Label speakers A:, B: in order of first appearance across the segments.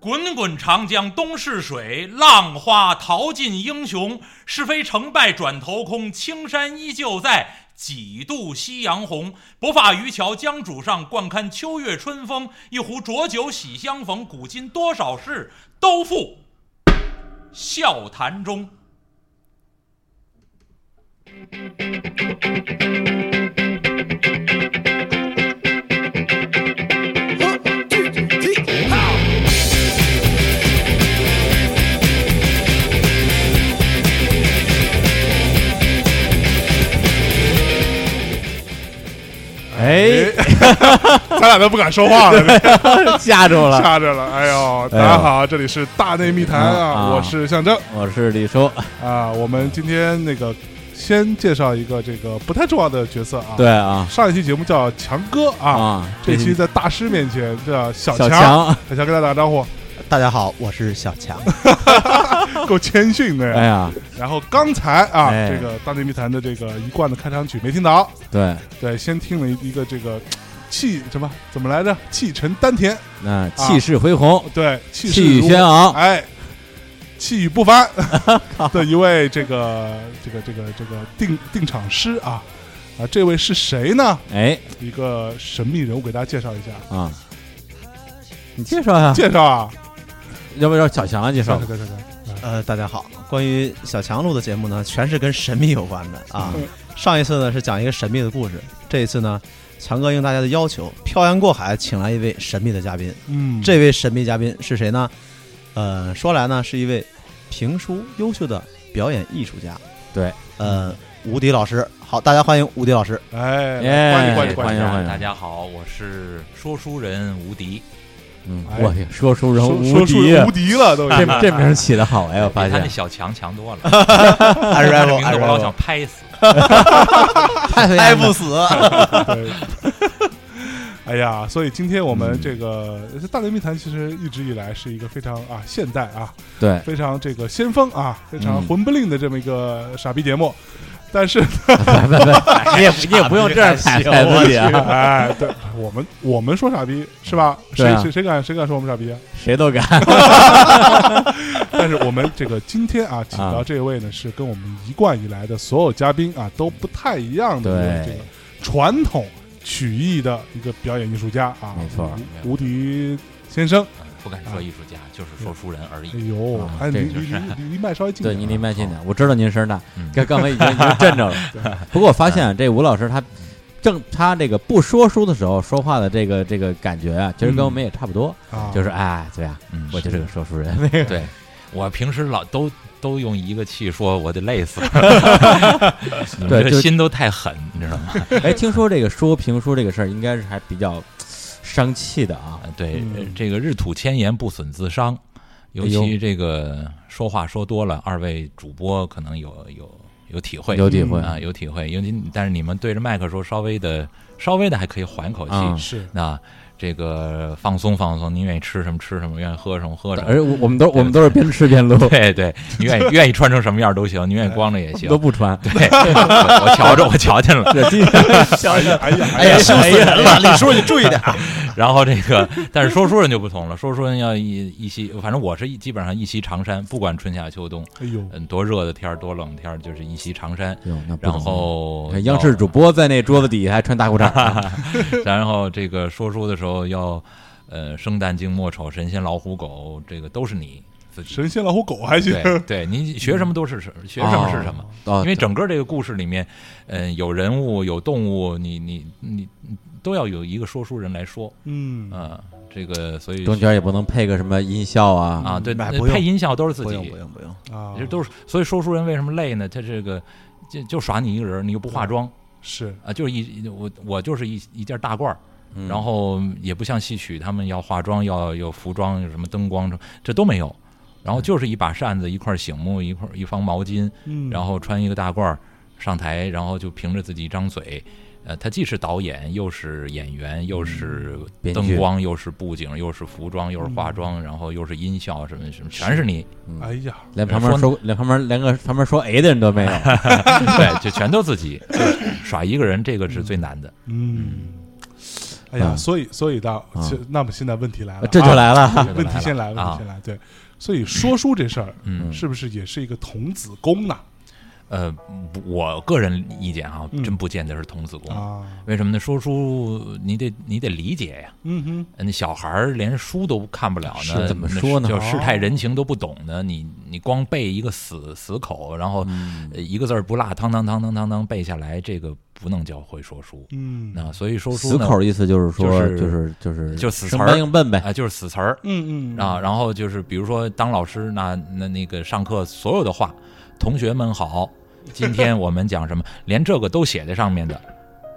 A: 滚滚长江东逝水，浪花淘尽英雄。是非成败转头空，青山依旧在，几度夕阳红。不发渔樵江渚上，惯看秋月春风。一壶浊酒喜相逢，古今多少事，都付笑谈中。
B: 哎，
C: 咱俩都不敢说话了，
B: 吓住了。
C: 吓着了。哎呦，大家好，这里是大内密谈
B: 啊
C: 啊，我是象征
B: 我是李叔，
C: 啊。我们今天那个先介绍一个这个不太重要的角色啊。
B: 对，啊
C: 上一期节目叫强哥啊，
B: 啊，
C: 这期在大师面前叫小
B: 小
C: 强，
B: 强，
C: 小强跟大家打招呼，
D: 大家好，我是小强。
C: 够谦逊的呀。
B: 哎呀，
C: 然后刚才啊，
B: 哎
C: 这个大内密谈的这个一贯的开场曲没听到，
B: 对，
C: 对，先听了一个这个气什么怎么来着？气沉丹田，
B: 那气势恢宏，
C: 哦对，气势
B: 气宇
C: 如
B: 轩昂，
C: 哎，气宇不 凡 的一位这个这个这个这个定定场诗啊啊，这位是谁呢？
B: 哎
C: 一个神秘人物，给大家介绍 一下。
B: 啊，你介绍呀，
C: 介绍啊，
B: 要不要小强介绍
C: 绍？介绍介绍，
D: 呃，大家好。关于小强录的节目呢，全是跟神秘有关的啊。上一次呢是讲一个神秘的故事，这一次呢，强哥应大家的要求，漂洋过海请来一位神秘的嘉宾。
C: 嗯，
D: 这位神秘嘉宾是谁呢？呃，说来呢是一位评书优秀的表演艺术家。
B: 对，
D: 呃，吴迪老师，好，大家欢迎吴迪老师。
C: 哎，
B: 哎
C: 欢迎欢迎
B: 欢迎
C: 迎，
B: 欢迎
A: 大家好，我是说书人吴迪，
B: 嗯，
C: 哎
B: 我去，说书人
C: 说
B: 无
C: 说出
B: 敌，啊
C: 无敌了都已
B: 这
C: 经。
B: 这名儿起的好哎，我发
A: 比他那
B: 现
A: 小强强多了。这名
D: Arrival，
A: 字我老想
D: Arrival，
A: 拍死。
D: 拍不死。
C: 对 哎呀，所以今天我
B: 嗯
C: 们这个《大内密谈》其实一直以来是一个非常啊现代啊
B: 对，
C: 非常这个先锋啊非常
B: 嗯
C: 混不吝的这么一个傻逼节目，但是
B: 拜拜拜，你也你也不用这样踩踩自己啊，
C: 哎，对，我们我们说傻逼是吧？
B: 对
C: 谁
B: 啊
C: 谁谁敢谁敢说我们傻逼啊？
B: 谁都敢，
C: 但是我们这个今天啊，请到这位呢，是跟我们一贯以来的所有嘉宾啊都不太一样的一个
B: 对
C: 这个传统曲艺的一个表演艺术家啊，
B: 没错
C: 吴，吴迪先生。
A: 嗯不敢说艺术家，就是说书人而
C: 哎
A: 已。
C: 呦
B: 啊，
C: 哎，
B: 这
C: 离
B: 就
C: 离
A: 是
C: 离离麦稍微近
B: 对
C: 点啊，
B: 你离麦近点，我知道您声儿大
A: 嗯，
B: 刚刚才已经已经震着了。 不过我发现啊这吴老师他正他这个不说书的时候说话的这个这个感觉啊，其实跟我们也差不多，
A: 哦
C: 啊，
B: 就是哎，对啊，
A: 嗯
B: 我就是个说书人，
A: 对，我平时老都都用一个气说，我得累死 了。你们
B: 对
A: 这
B: 就
A: 心都太狠，你知道 吗？
B: 哎，听说这个说评书这个事儿，应该是还比较伤气的啊。
A: 对，
C: 嗯
A: 呃这个日吐千言不损自伤，尤
B: 哎
A: 其
B: 呦
A: 这个说话说多了，二位主播可能有有有体会，
B: 有体会
A: 啊，有体会。尤其但是你们对着麦克说，稍微的稍微的还可以缓口气，
B: 嗯
C: 是
A: 那这个放松放松，你愿意吃什么吃什么，愿意喝什么喝什么
B: 而。我我们都我们都是边吃边录，
A: 对对，你愿意愿意穿成什么样都行，你愿意光着也行
B: 哎都。不穿。
A: 对， 我我瞧着，我瞧见了。
B: 这今
C: 哎呀哎呀
D: 哎呀，羞死人了，李叔你注意点。啊
A: 然后这个，但是说书人就不同了，说书人要一一袭，反正我是一基本上一袭长衫，不管春夏秋冬，
C: 哎呦，
A: 嗯，多热的天儿，多冷的天儿，就是一袭长衫。
B: 哟那不
A: 然
B: 懂
A: 后
B: 了央视主播在那桌子底下还穿大裤衩儿，
A: 要， 然后这个说书的时候要，呃，生旦净末丑，神仙老虎狗，这个都是你自己。
C: 神仙老虎狗还行，
A: 对对，你学什么都是什，学什么是什么。
B: 哦，
A: 因为整个这个故事里面，嗯、有人物，有动物，你你你你都要有一个说书人来说，
C: 嗯
A: 啊，这个所以
B: 中间也不能配个什么音效啊，
A: 啊，对，
D: 哎
A: 那
D: 不用
A: 配音效都是自
D: 不用
A: 己
D: 不，用不用，
C: 啊
A: 这，都是所以说书人为什么累呢？他这个就就耍你一个人儿，你又不化妆
C: 是
A: 啊，就是一我我就是一一件大褂儿，
B: 嗯
A: 然后也不像戏曲他们要化妆，要有服装，有什么灯光，这都没有。然后就是一把扇子，一块醒木，一块一方毛巾，
C: 嗯，
A: 然后穿一个大褂儿上台，然后就凭着自己一张嘴，呃，他既是导演，又是演员，又是
D: 嗯
B: 编
A: 灯
B: 剧
A: 光，又是布景，又是服装，又是化妆，然后又是音效，什么什么，全是你，
C: 哎呀，
B: 连旁边说连旁边连个旁边说 A 的人都没有，
A: 对，就全都自己，就是耍一个人，这个是最难的。
C: 嗯，哎呀，
B: 嗯
C: 所以所以到
B: 啊
C: 其那么现在问题来了，
B: 这就
C: 啊
B: 来了，
C: 问题先来，问
A: 啊
C: 题先来，对，所以说书这事儿
A: 嗯
C: 是不是也是一个童子功呢？
A: 呃，不我个人意见啊，
C: 嗯
A: 真不见得是童子功。
C: 啊，
A: 为什么呢？说书你得你得理解呀，
C: 嗯哼，
A: 那小孩儿连书都看不了呢，
B: 是怎么说
A: 那
B: 呢
A: 就是世态人情都不懂呢，你你光背一个死死口，然后
C: 嗯
A: 呃一个字儿不落，汤汤汤汤汤汤背下来，这个不能叫会说书。
C: 嗯，
A: 那所以说
B: 死
A: 书呢，
B: 口意思就是说，
A: 就是
B: 就是就是
A: 就死词
B: 生
A: 儿
B: 搬硬笨呗，
A: 啊，就是死词儿
C: 嗯嗯
A: 啊。，然后就是比如说当老师，那那那个上课所有的话，同学们好，今天我们讲什么，连这个都写在上面的，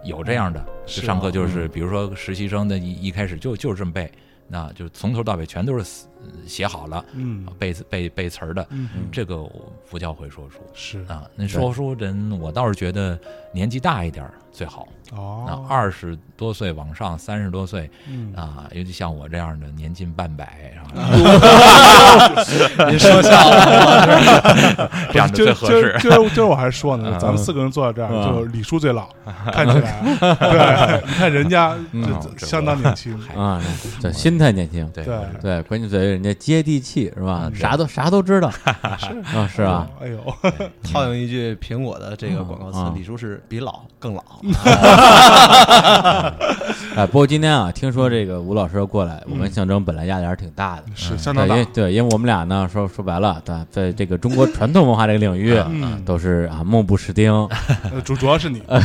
A: 有这样的。
C: 是
A: 就上课
C: 啊
A: 就是，比如说实习生的一一开始就就是这么背，那就从头到尾全都是死写好了
C: 嗯
A: 背字背背词儿的，
C: 嗯嗯
A: 这个我不叫会说书
C: 是
A: 啊。那说书人，我倒是觉得年纪大一点儿最好，那
C: 哦，
A: 二十多岁往上，三十多岁
C: 嗯
A: 啊，尤其像我这样的年近半百， 然后
D: 您说笑了，
A: 这样的最
C: 就就
A: 合适。
C: 就就就我还说呢，
A: 啊
C: 咱们四个人坐在这儿，
B: 啊
C: 就李叔最老，看起来，对，你看人家
A: 嗯
C: 这相当年轻，
B: 啊，这心态年轻，
A: 对
C: 哎对
A: 我是
B: 对，关键在于人家接地气是吧？啥都啥都知道啊，是啊，
C: 哎呦，
D: 套用一句苹果的这个广告词
B: 啊，
D: 李叔是比老更老。
B: 哎，不过今天啊，听说这个吴老师要过来，我跟象征本来压力还是挺大的。
C: 是相嗯当
B: 嗯对，因
C: 大
B: 为，对，因为我们俩呢，说说白了，在在这个中国传统文化这个领域，
C: 嗯
B: 都是啊目不识丁，
C: 呃主主要是你，
B: 嗯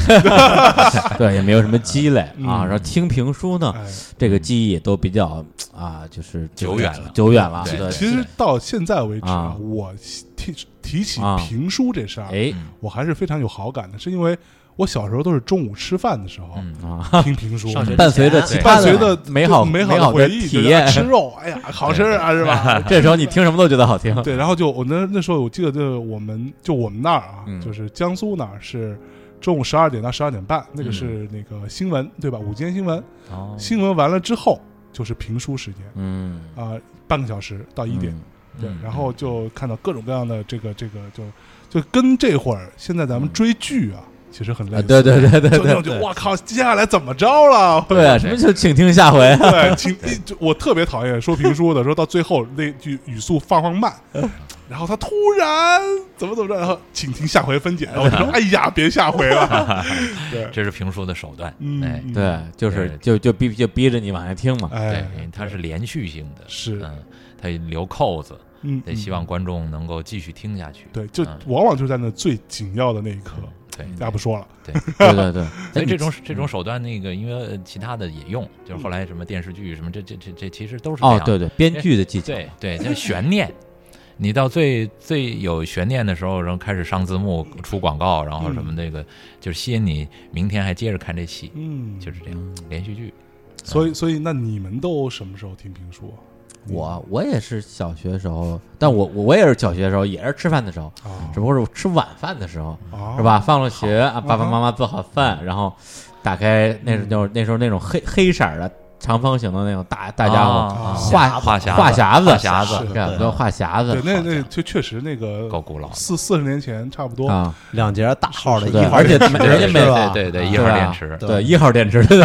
B: 对，也没有什么积累啊。
C: 嗯
B: 然后听评书呢，
C: 哎，
B: 这个记忆也都比较啊，就是
A: 久远了
B: 久远了。
A: 对
B: 对，
C: 其实到现在为止
B: 啊
C: 我提提起
B: 啊
C: 评书这事儿，
B: 哎
A: 嗯
C: 我还是非常有好感的，是因为我小时候都是中午吃饭的时候
A: 嗯
B: 啊，
C: 听评书，
D: 上 学
B: 伴随着其他
C: 嗯伴随着
B: 美好
C: 美
B: 好
C: 回
B: 的
C: 忆，
B: 体
C: 就是
B: 验嗯
C: 啊，吃肉，哎呀，好吃啊，是吧？
B: 这时候你听什么都觉得好听。
C: 对，然后就我那那时候我记得，就是我们就我们那儿啊，
B: 嗯
C: 就是江苏那儿是中午十二点到十二点半，那
B: 嗯
C: 个是那个新闻对吧？午间新闻，
A: 哦
C: 新闻完了之后就是评书时间
B: 嗯，
C: 啊、半个小时到一点，对，
A: 嗯
C: 然后就看到各种各样的这个这个就就跟这会儿现在咱们追剧啊，其实很类
B: 啊，
C: 似，
B: 对对对对
C: 就那种
B: 对
C: 就我靠，接下来怎么着了？
B: 对啊，什么就请听下回。
C: 对，请一就我特别讨厌说评书的，说到最后那句语速放放慢，然后他突然怎么怎么着，然后请听下回分解。然后我就说，哎呀，别下回了。对，
A: 这是评书的手段，
C: 嗯
A: 哎，，
B: 对，就是就就逼就逼着你往下听 嘛。
C: 哎，
A: 对，它是连续性的，
C: 是
A: 嗯，它留扣子，
C: 嗯，
A: 得希望观众能够继续听下去。
C: 对，就
A: 嗯
C: 往往就在那最紧要的那一刻，
A: 对，
C: 大家不说了。
B: 对对对，
A: 所以这种这
C: 嗯
A: 种手段，那个因为呃其他的也用，就是后来什么电视剧什么这这这这其实都是这
B: 哦
A: 样。，
B: 对对，编剧的技巧，
A: 对对，这悬念，你到最最有悬念的时候，然后开始上字幕、出广告，然后什么
B: 嗯
A: 那个，就是吸引你明天还接着看这戏，
C: 嗯，
A: 就是这样连续剧。
C: 所以，所以那你们都什么时候听评书啊？
B: 嗯我我也是小学时候，但我我我也是小学时候，也是吃饭的时候，
C: 啊
B: 只不过是我吃晚饭的时候，
C: 啊，
B: 是？吧？放了学啊，爸爸
C: 嗯哼
B: 妈妈做好饭，然后打开那时候就是那时候那种黑黑色儿的长方形的那种大大家伙，
A: 啊
B: 话
A: 话匣
B: 话
A: 子
B: 匣子
A: 话匣
C: 是
A: 子
C: 的
B: 对，都话匣
C: 对，
B: 子
C: 那那就确实那个
A: 够古老的，
C: 四四十年前差不多。
B: 啊，
D: 两节大号的，
C: 是
D: 一
C: 的
D: 号
B: 而且
D: 电池
B: 人家每
D: 是吧
A: 对对对
D: 啊
A: 一号电池
B: 对一号电池，对对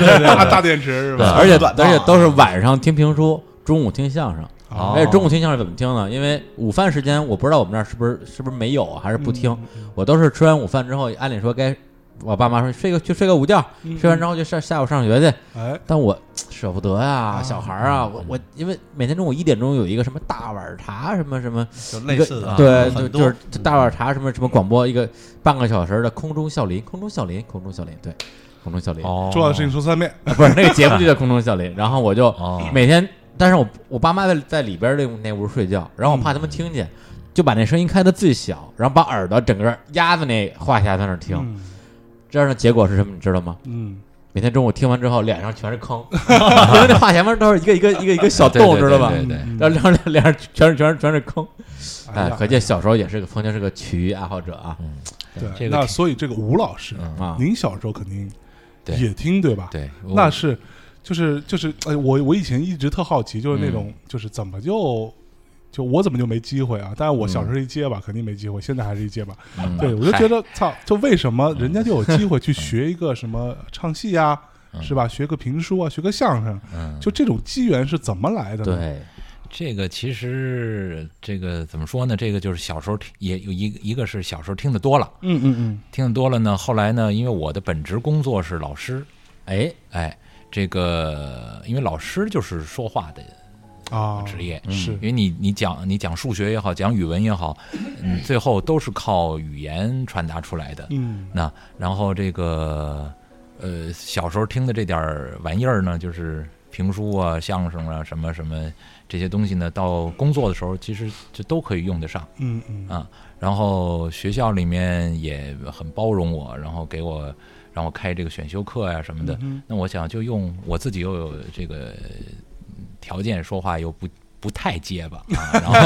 B: 对对
C: 大大电池是
B: 对，
C: 吧？
B: 而且
D: 短道
B: 而且都是晚上听评书，中午听相声。
C: 啊
A: 哦
B: 而且中午听相声怎么听呢？因为午饭时间我不知道我们这儿是不是是不是没有啊还是不
C: 嗯
B: 听，我都是吃完午饭之后，按理说该我爸妈说睡个去睡个午觉，睡完之后就上下午上学去，
C: 嗯哎，
B: 但我舍不得呀、
C: 啊
B: 小孩儿啊，我我因为每天中午一点钟有一个什么大碗茶什么什么，
D: 就类似的啊，
B: 对，就
D: 很
B: 就
D: 多
B: 是大碗茶什么什么广播一个半个小时的空中笑林，空中笑林，空中笑林，对，空中笑林，
A: 哦，
C: 重要的事情说三遍。
B: 啊不是那个节目就叫空中笑林，然后我就
A: 哦，
B: 每天，但是我我爸妈在在里边儿那屋那屋睡觉，然后我怕他们听见，就把那声音开的最小，然后把耳朵整个压在那话匣子那儿听。
C: 嗯
B: 这样的结果是什么？你知道吗？
C: 嗯，
B: 每天中午听完之后，脸上全是 坑，因为那话匣子都是一个一个一个一个小
A: 对对
B: 洞，知道吧？
A: 对对
C: 嗯
B: 然后脸上脸上全是全是全是坑，哎，
C: 呀
B: 可见小时候也是个曾经是个曲艺爱好者啊
A: 嗯，
C: 对，
A: 这个
C: 那
A: 挺
C: 所以这个吴老师，
A: 嗯
B: 啊！
C: 您小时候肯定
A: 对
C: 也听对吧？，
A: 对，我
C: 那是就是就是，哎，我我以前一直特好奇，就是
A: 嗯
C: 那种就是怎么就。就我怎么就没机会啊？但是我小
A: 嗯
C: 时候一结巴，肯定没机会，现在还是一结巴。
B: 嗯
A: 嗯
C: 对，我就觉得操，就为什么人家就有机会去学一个什么唱戏啊，
B: 嗯
C: 是吧？学个评书啊，学个相声，
A: 嗯，
C: 就这种机缘是怎么来的呢？
B: 对，
A: 这个其实这个怎么说呢？这个就是小时候听也有一个一个是小时候听的多了，
C: 嗯嗯嗯，
A: 听的多了呢，后来呢，因为我的本职工作是老师，
B: 哎，
A: 哎，这个因为老师就是说话的
C: 啊，
A: 职业，
C: 是
A: 因，为你你讲你讲数学也好，讲语文也好，嗯，最后都是靠语言传达出来的。
C: 嗯
A: 那然后这个呃，小时候听的这点儿玩意儿呢，就是评书啊、相声啊、什么什么这些东西呢，到工作的时候其实就都可以用得上。
C: 嗯嗯
A: 啊然后学校里面也很包容我，然后给我让我开这个选修课呀、什么的。
C: 嗯
A: 那我想就用我自己又有这个嗯条件，说话又不不太结 巴，啊、然后那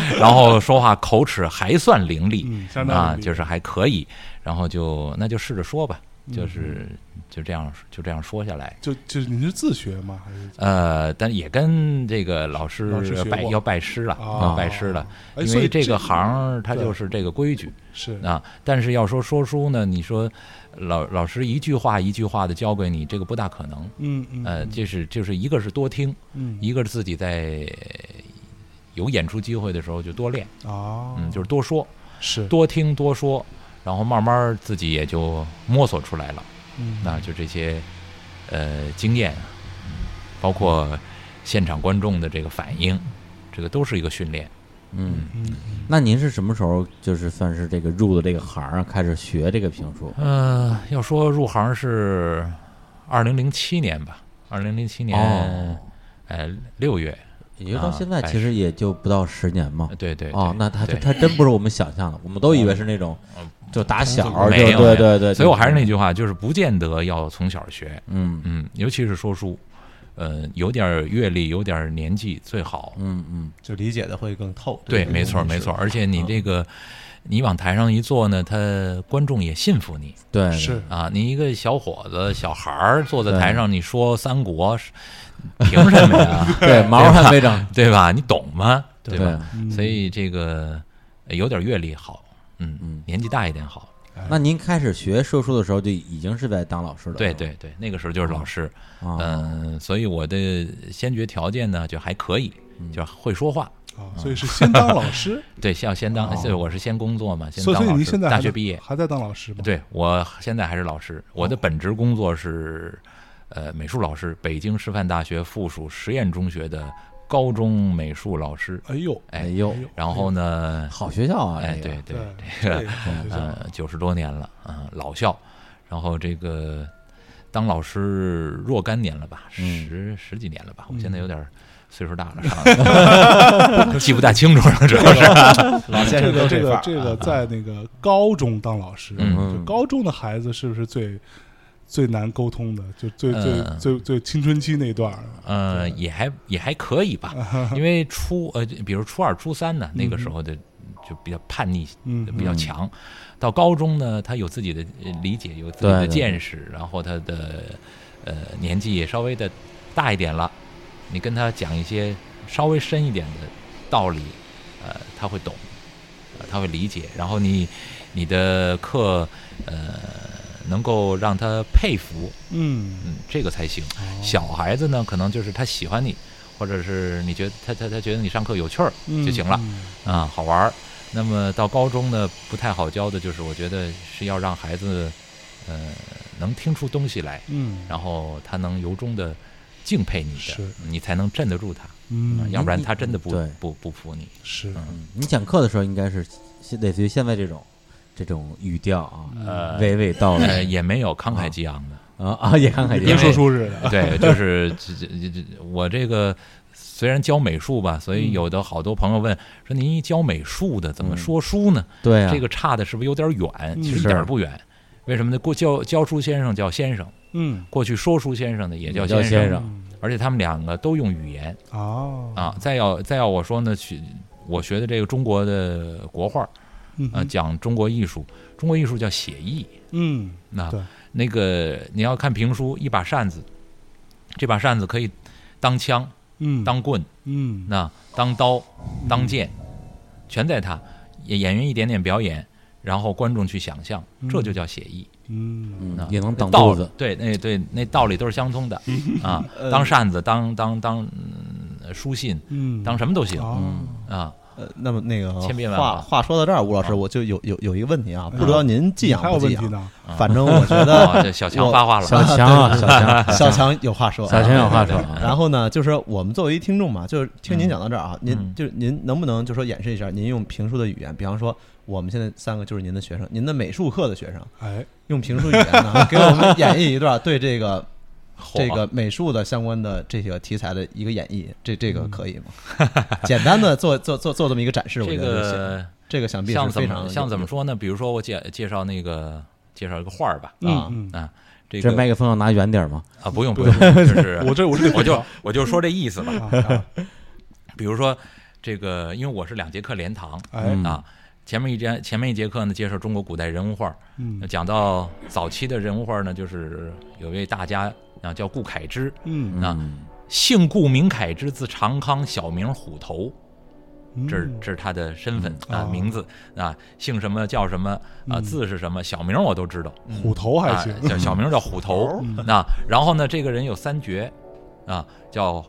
A: 个然后说话口齿还算伶俐，
C: 嗯，相当
A: 啊，
C: 于
A: 就是还可以，然后就那就试着说吧，就
C: 嗯
A: 是就这样就这样说下来。
C: 就就是你是自学吗？还是
A: 呃，但也跟这个老师
C: 老师学
A: 拜
C: 过
A: 要拜师了，
C: 啊
A: 要拜师了，
C: 哎
A: 因
C: 所以
A: 为这个行儿它
C: 对
A: 就是这个规矩
C: 是
A: 啊。但是要说说书呢，你说老老师一句话一句话的教给你，这个不大可能。
C: 嗯嗯
A: 呃，就是就是一个是多听，
C: 嗯
A: 一个是自己在有演出机会的时候就多练，
C: 啊，
A: 嗯，就是多说。
C: 是
A: 多听多说，然后慢慢儿自己也就摸索出来了。
C: 嗯
A: 那就这些呃经验，嗯包括现场观众的这个反应，这个都是一个训练。
B: 嗯，
C: 嗯
B: 那您是什么时候就是算是这个入的这个行儿啊，开始学这个评书？
A: 呃，要说入行是二零零七年吧，二零零七年、
B: 哦
A: 呃六月，
B: 也就到
A: 啊
B: 现在
A: 哎
B: 其实也就不到十年嘛
A: 呃。对对
B: 哦，那他
A: 对
B: 他真不是我们想象的，我们都以为是那种
A: 嗯
B: 就打小
A: 工作
B: 就
A: 没有
B: 对
A: 没有
B: 对对，
A: 所以我还是那句话，就是不见得要从小学，
B: 嗯
A: 嗯，尤其是说书，呃，有点儿阅历，有点儿年纪最好。
B: 嗯嗯
D: 就理解的会更透。
A: 对，
D: 这个
A: 没错，
D: 东西
A: 没错。而且你这个，你往台上一坐呢，他观众也信服你
B: 对
C: 嗯是
A: 啊。你一个小伙子、小孩儿坐在台上，你说三国，是凭什么呀？
B: 对毛还没长，
A: 对吧？你懂吗？对
B: 对
A: 吧？。嗯
C: 嗯
A: 所以这个呃有点阅历好，嗯
B: 嗯
A: 年纪大一点好。
B: 那您开始学说书的时候就已经是在当老师了，
A: 对对对，那个时候就是老师，
B: 啊，
A: 嗯，所以我的先决条件呢就还可以，就是会说话。
C: 啊，所以是先当老师，
A: 对，要先当，所以我是先工作嘛， 先
C: 所以
A: 当
C: 所以
A: 老
C: 您
A: 师，
C: 现在还
A: 大
C: 哦在
A: 学毕业。
C: 还在当老师吗？
A: 对我现在还是老师，我的本职工作是，呃，美术老师，北京师范大学附属实验中学的高中美术老师。
C: 哎呦，
A: 哎
B: 哎呦，
A: 然后呢，
B: 好学校
C: 哦
B: 啊，
A: 哎，
B: 这
A: 对
B: 个
A: 对，
C: 这个好学校
A: 呃，九十多年了，嗯，老校，然后这个当老师若干年了吧，
B: 嗯
A: 十十几年了吧，我
C: 嗯
A: 现在有点儿岁数大了，上记不大清楚了，主 要是。
D: 老先
C: 这
D: 生
C: 个
D: 都
C: 这
D: 范
C: 个
D: 儿
C: 这
D: 啊
C: 个在那个高中当老师，
A: 嗯
C: 就高中的孩子是不是最最难沟通的？就最最
A: 嗯
C: 最最青春期那段儿
A: 呃，也还也还可以吧，因为初呃，比如初二、初三呢，那个时候的就比较叛逆，
C: 嗯
A: 比较强。到高中呢，他有自己的呃理解，有自己
B: 对
A: 的
B: 对
A: 见识，然后他的呃年纪也稍微的大一点了，你跟他讲一些稍微深一点的道理，呃，他会懂，呃他会理解。然后你你的课呃能够让他佩服，
C: 嗯，哦
A: 嗯，这个才行。
B: 哦
A: 小孩子呢，可能就是他喜欢你，或者是你觉得他他他觉得你上课有趣儿
C: 嗯
A: 就行了啊，好玩儿。那么到高中呢，不太好教的就是，我觉得是要让孩子，呃，能听出东西来，
C: 嗯，
A: 然后他能由衷的敬佩你的
C: 是，
A: 你才能镇得住他，
C: 嗯
A: 嗯要不然他真的不
B: 对
A: 不不服你。
C: 是
B: 嗯你讲课的时候应该是现类似于现在这种这种语调啊，
A: 呃
B: 娓娓道
A: 呃，
B: 来
A: 也没有慷慨激昂的，
B: 啊啊，也看看
C: 跟
A: 因
C: 说
A: 为
C: 书似的，
A: 对，就是这这这这我这个虽然教美术吧，所以有的好多朋友问说：“您一教美术的，怎么
B: 嗯
A: 说书呢？
B: 对啊，嗯
A: 这个差的是不是有点远？”其实一
B: 是
A: 点儿不远。为什么呢？过教教书先生叫先生，
C: 嗯，
A: 过去说书先生呢也叫
B: 也叫先
A: 生，
B: 生
C: 嗯
A: 而且他们两个都用语言
C: 哦
A: 啊。再要再要我说呢，去我学的这个中国的国画
C: 嗯
A: 啊，讲中国艺术，中国艺术叫写意，
C: 嗯
A: 那
C: 对
A: 那个你要看评书，一把扇子，这把扇子可以当枪、
C: 嗯
A: 当棍、
C: 嗯
A: 那当刀、当剑，全在他演演员一点点表演，然后观众去想象，这就叫写意。
C: 嗯
B: 嗯
A: 啊，
B: 也能挡
A: 道
B: 肚子。
A: 对，那对那道理都是相通的啊，
D: 呃
A: 当扇子，当当当、嗯书信，
C: 嗯
A: 当什么都行
C: 哦，
A: 啊。
D: 呃，那么那个
A: 千变万
D: 话
A: 化
D: 话说到这儿，吴老师，
A: 啊
D: 我就有有有一个问题啊，不知道您寄养
C: 还有
D: 不
C: 问
D: 寄
C: 题
D: 养？
C: 呢？
D: 反正我觉
A: 哦，
D: 得
A: 这小强
D: 我
A: 发话了，
B: 小强啊，小强，
D: 小强有话说，
B: 小强有话说啊。
D: 然后呢，就是我们作为听众嘛，就是听您讲到这儿啊，您
A: 嗯
D: 就是您能不能就说演示一下，您用评述的语言，比方说我们现在三个就是您的学生，您的美术课的学生，
C: 哎，
D: 用评述语言呢 给我们演绎一段对这 个
A: 嚯
D: 这个美术的相关的这个题材的一个演绎，这这
C: 嗯
D: 个可以吗？简单的做做做做这么一个展示，我
A: 这
D: 觉得就行
A: 个
D: 这个想必
A: 像
D: 是
A: 怎
D: 非常
A: 么
D: 有
A: 像怎么说呢？比如说我介介绍那个介绍一个画儿吧，
D: 啊
C: 嗯
A: 啊， 这
B: 这
A: 个
B: 麦克风要拿远点儿嘛，
A: 啊不用不用， 就是
C: 我这我这
A: 我就我就说这意思吧。
C: 啊
A: 比如说这个，因为我是两节课连堂
B: 嗯
C: 哎，
A: 啊，前面一节前面一节课呢介绍中国古代人物画儿，
C: 嗯
A: 讲到早期的人物画儿呢，就是有位大家啊叫顾恺之，
C: 嗯
A: 啊姓顾名恺之，字长康，小名虎头，
C: 嗯，
A: 这是这是他的身份
C: 嗯
A: 啊
C: 哦
A: 名字啊姓什么叫什么啊
C: 嗯
A: 字是什么小名我都知道。
C: 虎头还
A: 啊
C: 行，，
A: 叫小名叫虎头。
C: 嗯
A: 那然后呢，这个人有三绝，啊，叫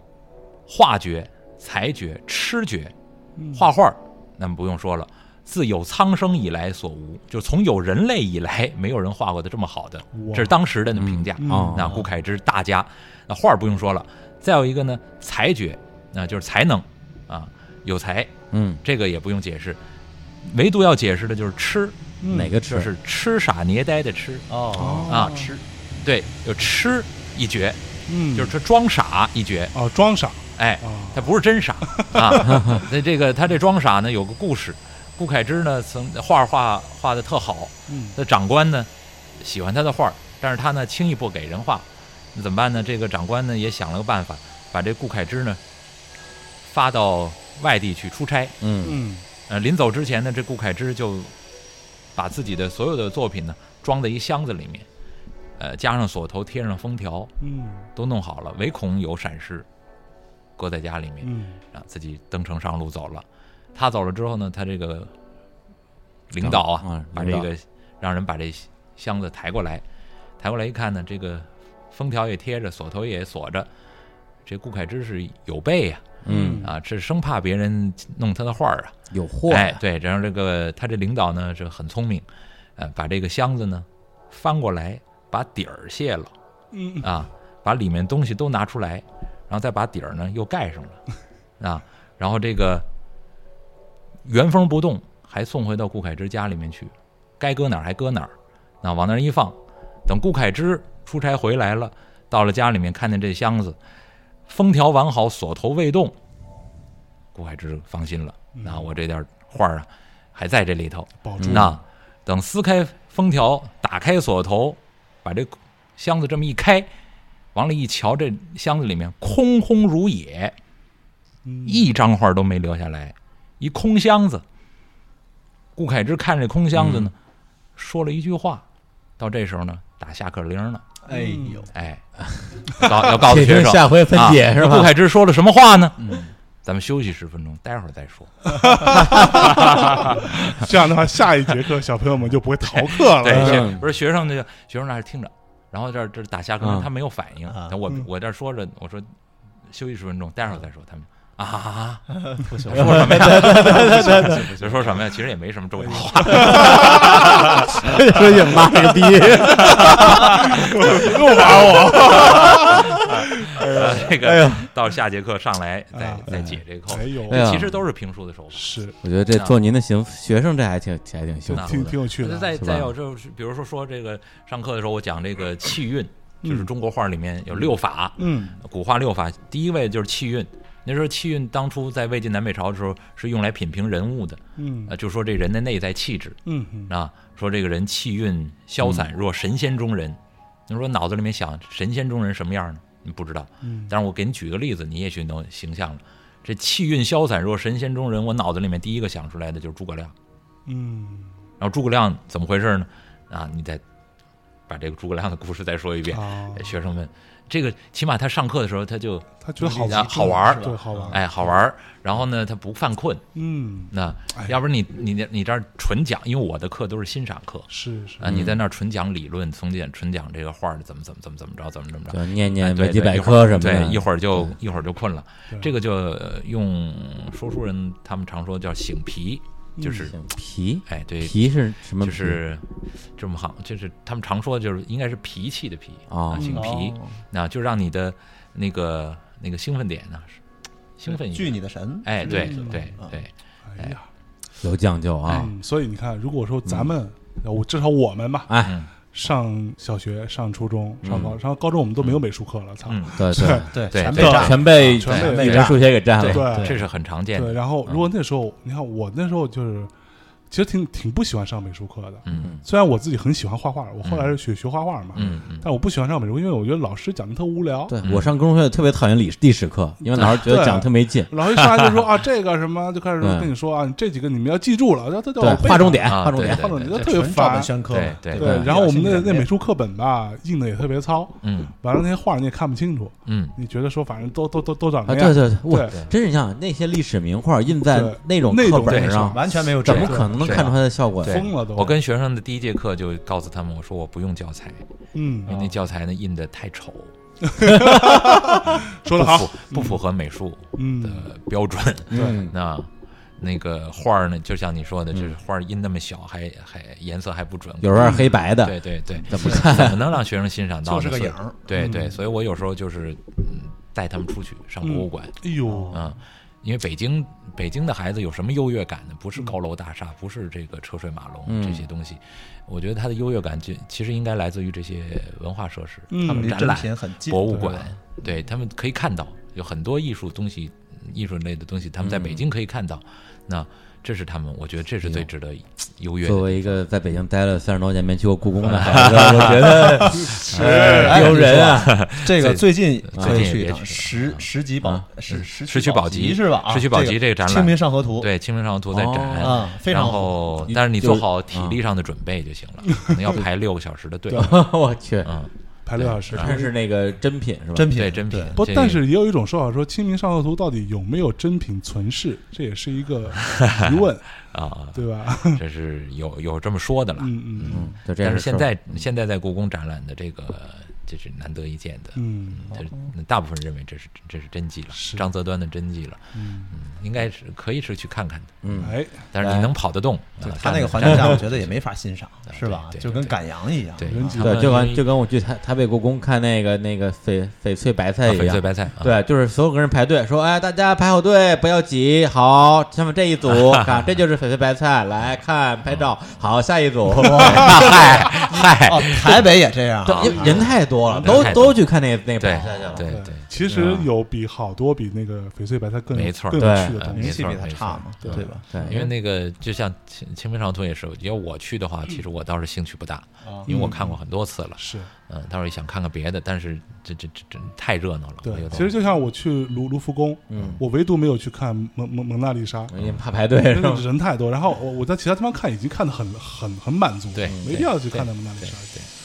A: 画绝、裁绝、痴绝。
C: 嗯
A: 画画儿，那么不用说了，自有苍生以来所无，就从有人类以来， 没有人画过的这么好的，
C: 哇
A: 这是当时的那评价。啊
C: 嗯
B: 哦
A: 那顾恺之大家，那画儿不用说了。再有一个呢，裁绝，那就是才能啊，有才，
B: 嗯，
A: 这个也不用解释。唯独要解释的就是痴，
C: 嗯
B: 哪个
A: 就
B: 吃？
A: 是痴傻捏呆的痴。
D: 哦，
C: 哦
A: 啊，吃，对，就吃一绝，
C: 嗯，
A: 就是他装傻一绝，
C: 哦，装傻
A: 哎，
C: 啊，
A: 他不是真傻啊。 那这个他这装傻呢，有个故事。顾恺之呢，曾呃画画画的特好，
C: 嗯
A: 那长官呢喜欢他的画，但是他呢轻易不给人画，那怎么办呢？这个长官呢也想了个办法，把这顾恺之呢发到外地去出差。
B: 嗯
C: 嗯
A: 呃，临走之前呢，这顾恺之就把自己的所有的作品呢装在一箱子里面，呃，加上锁头，贴上封条，
C: 嗯
A: 都弄好了，唯恐有闪失，搁在家里面，
C: 嗯，
A: 啊，自己登城上路走了。他走了之后呢，他这个领导啊，
B: 啊
A: 把这
B: 领导
A: 个让人把这箱子抬过来，抬过来一看呢，这个封条也贴着，锁头也锁着。这顾恺之是有备呀、
B: 嗯，
A: 啊，这生怕别人弄他的画儿啊。
B: 有货呀。
A: 哎，对，然后这个他这领导呢是很聪明，呃，把这个箱子呢翻过来，把底儿卸了，
C: 嗯
A: 啊，把里面东西都拿出来，然后再把底儿呢又盖上了，啊，然后这个原封不动还送回到顾恺之家里面去，该搁哪儿还搁哪儿，啊，往那儿一放，等顾恺之出差回来了，到了家里面看见这箱子，封条完好，锁头未动，顾恺之放心了，啊，我这点画儿啊还在这里头，
C: 保
B: 嗯
C: 住
A: 那等撕开封条，打开锁头，把这箱子这么一开，往里一瞧，这箱子里面空空如也，
C: 嗯
A: 一张画都没留下来，一空箱子。顾恺之看着这空箱子
B: 嗯
A: 呢，说了一句话，到这时候呢，打下课铃了，
D: 哎呦，
A: 哎，告要告诉
B: 且
A: 学
B: 听
A: 生，
B: 下回分
A: 啊
B: 解是
A: 顾
B: 吧？嗯
A: 恺之说了什么话呢？咱们休息十分钟，待会儿再说。
C: 这样的话，下一节课小朋友们就不会逃 课
A: 对，
C: 了。
A: 学不是学生那个学生那儿听着，然后这儿这儿打下课铃，
B: 嗯
A: 他没有反应。
D: 啊
A: 但我
C: 嗯
A: 我这儿说着，我说休息十分钟，待会儿再说。他们啊，
C: 呃
D: 不行，
A: 说什么呀？ 就 说什么呀？其实也没什么重要的话。
B: 说你妈了个逼！
C: 又玩 我，
A: 呃这个到下节课上来再
C: 啊
A: 再解这个扣
C: 哎。呦，
B: 哎呀
A: 其实都是评书的手法。
C: 是
B: 我觉得这做您的行学生，这还挺还挺
C: 挺
B: 幸福的。
C: 挺有趣的。
A: 再
B: 是吧
A: 再有就是，比如说说这个上课的时候，我讲这个气韵，就是
C: 嗯
A: 中国画里面有六法，
C: 嗯
A: 古画六法，第一位就是气韵。那时候气韵当初在魏晋南北朝的时候是用来品评人物的，
C: 嗯
A: 呃，就说这人的内在气质
C: 嗯嗯
A: 啊，说这个人气韵潇洒，若神仙中人。你说脑子里面想神仙中人什么样呢？你不知道。
C: 嗯
A: 但是我给你举个例子，你也许能形象了。这气韵潇洒，若神仙中人，我脑子里面第一个想出来的就是诸葛亮。
C: 嗯
A: 然后诸葛亮怎么回事呢？啊，你再把这个诸葛亮的故事再说一遍。
C: 啊，
A: 学生们这个起码他上课的时候他就
C: 他觉得好
A: 啊好玩儿
C: 对，好玩儿，
A: 哎好玩儿，然后呢他不犯困。
C: 嗯，
A: 那
C: 哎
A: 要不然你你那你这儿纯讲，因为我的课都是欣赏课
C: 是是，
A: 啊，你
B: 嗯
A: 在那儿纯讲理论，从简纯讲这个画儿怎么怎么怎么怎么着，怎么怎么着。
B: 就念念
A: 哎对
B: 维基
A: 对
B: 百
A: 一会儿
B: 科什么的，嗯
A: 对，一会儿就一会儿就困了
C: 对。
A: 这个就呃用说书人他们常说叫醒皮，就是
B: 像脾
A: 哎对，
B: 脾是嗯什么
A: 就
B: 脾？
A: 是这么好，就是他们常说就是应该是脾气的脾啊，
B: 哦
A: 醒皮，那就让你的那个那个兴奋点呢，是兴奋一
D: 聚
A: 下。
D: 你的神，
A: 哎，对
C: 嗯
A: 对
D: 嗯
A: 对，
C: 哎呀，
B: 有讲究
A: 哎
B: 啊！
C: 嗯，所以你看，如果说咱
A: 嗯
C: 们，呃我至少我们吧，
B: 哎，
C: 上小学、上初中、上高，上高中我们都没有美术课了，操，
A: 嗯，
B: 对 对，
D: 对
A: 对
D: 全
A: 对
D: 被占了
B: 全被
C: 全被
B: 语文、数学给占了。
C: 对
A: 这是很常见
C: 对。
A: 的。
C: 然后，如果那时候，你看我那时候就是，其实挺挺不喜欢上美术课的，
A: 嗯
C: 虽然我自己很喜欢画画，我后来是学学画画嘛，
A: 嗯嗯，
C: 但我不喜欢上美术，因为我觉得老师讲的特无聊。
B: 对我上高中学特别讨厌历历史课，因为老师觉得
C: 对
B: 讲得特没劲。
C: 老师上来就 说啊，这个什么，就开始
B: 嗯
C: 跟你说啊，你这几个你们要记住了，要这叫
B: 对
C: 我，背
B: 划
C: 上
B: 重点，
A: 啊
B: 划重
A: 对
B: 点。
C: 画重点，就
A: 对
C: 特别
D: 纯照本
C: 烦。
D: 宣科
A: 对
D: 嘛，
A: 对
C: 对，然后我们的那美术课本吧，印的也特别糙，
A: 嗯
C: 完了那些画你也看不清楚，
A: 嗯
C: 你觉得说反正都都都都长
B: 啊，
C: 那
B: 对
C: 样，
B: 对对，我
C: 对
B: 真是像那些历史名画印在
C: 对
B: 那种
C: 那
B: 课
C: 种
B: 本
A: 对
B: 上，
D: 完全没有
B: 怎
D: 这
B: 么
D: 个
B: 可能能
A: 是
B: 看出它的效果
A: 对
B: 呀？
C: 疯了都。
A: 我跟学生的第一节课就告诉他们，我说我不用教材，因为
C: 嗯，
A: 那教材呢印的太丑，
C: 说
A: 不
C: 的好
A: 符，不符合美术的
C: 嗯，
A: 标准。
B: 嗯，
A: 那那个画儿呢，就像你说的，就是画儿印那么小，还还颜色还不准，
B: 有时候黑白的，
A: 嗯对对对，
B: 怎么看？
A: 怎么能让学生欣赏到呢？
D: 就是个
A: 所以
D: 影儿，
A: 对对，
C: 嗯
A: 所以我有时候就是嗯带他们出去上博物馆，
C: 哎呦，
A: 嗯，因为北京北京的孩子有什么优越感呢？不是高楼大厦，不是这个车水马龙
B: 嗯
A: 这些东西，我觉得他的优越感就其实应该来自于这些文化设施，
C: 嗯
A: 他们
D: 离
A: 展
D: 真
A: 览、
D: 品很近，
A: 博物馆，对他们可以看到有很多艺术东西、艺术类的东西，他们在北
B: 嗯
A: 京可以看到。那这是他们，我觉得这是最值得优越
B: 作
A: 的。
B: 为一个在北京待了三十多年没去过故宫 的孩子，我觉得哎丢人啊！
D: 这个最近
A: 最
D: 可以
A: 近也
D: 去一
A: 别
D: 趟
A: 去
D: 石石级宝
B: 啊
D: 石石
A: 石渠嗯宝笈
D: 笈是吧？啊
A: 石渠宝笈这个展览
D: 清明上河图》
A: 对，《清明上河图》在展，
B: 哦
D: 啊，非常
A: 然
D: 好。
A: 后
B: 你
A: 但是你
B: 就嗯
A: 做好体力上的准备就行了，可能要排六个小时的队。
B: 我去，
A: 嗯，
C: 排六小时。
B: 这是那个真品是吧？
D: 真品
A: 对，真品。
C: 不，
A: 这
C: 但是也有一种说法说，《清明上河图》到底有没有真品存世，这也是一个疑问，
A: 啊，
C: 对吧？
A: 这是有有这么说的了。
C: 嗯嗯
B: 嗯，就这
A: 但
B: 样
A: 是
B: 说。
A: 现在现在在故宫展览的这个，这是难得一见的。
C: 嗯
A: 这那大部分认为这是这是真迹了
C: 是，
A: 张择端的真迹了，
C: 嗯，
A: 应该是可以是去看看的。
B: 嗯，
C: 哎，
A: 但是你能跑得动，
D: 对
A: 啊
D: 他那个环
A: 站
D: 境
A: 着
D: 下，我觉得也没法欣赏，是吧？
A: 对对
D: 就跟赶羊一样。
A: 对
C: 人挤
A: 他
B: 对，
A: 们
B: 就跟就跟我去台台北故宫看那个那个翡翡翠白菜一
A: 翡翠
B: 样。
A: 白菜，啊，
B: 对，就是所有个人排队说，哎，大家排好队，不要挤，好，下面这 一组，看，这就是翡翠白菜，来看拍照，
A: 嗯
B: 好，下一 组，嗨，
A: 嗨，
D: 哦，台北也这样啊，
B: 对因为人太多了，
A: 人
B: 都
A: 太多
B: 都去看那那个白
A: 对
B: 菜去了，
A: 对对，啊
C: 其实有比好多比那个翡翠白菜更
A: 没错
C: 更有
B: 对
C: 趣的东
D: 名
C: 西。
D: 气比他差嘛，
C: 对
D: 对吧？
B: 对，
A: 因为那个就像清清明上河图也是，要我去的话，其实我倒是兴趣不大，因为我看过很多次了，
C: 是
A: 嗯，倒是想看看别的，但是这这这这太热闹了，我有
C: 对，
A: 点
C: 其实就像我去卢卢浮宫，
B: 嗯
A: 哎
C: 我唯独没有去看蒙蒙蒙娜丽莎，
B: 因为怕排队是
C: 因
B: 吧
C: 为？人太多。然后我我在其他地方看已经看得很很很满足了，
A: 对
C: 没必要去看蒙娜丽莎。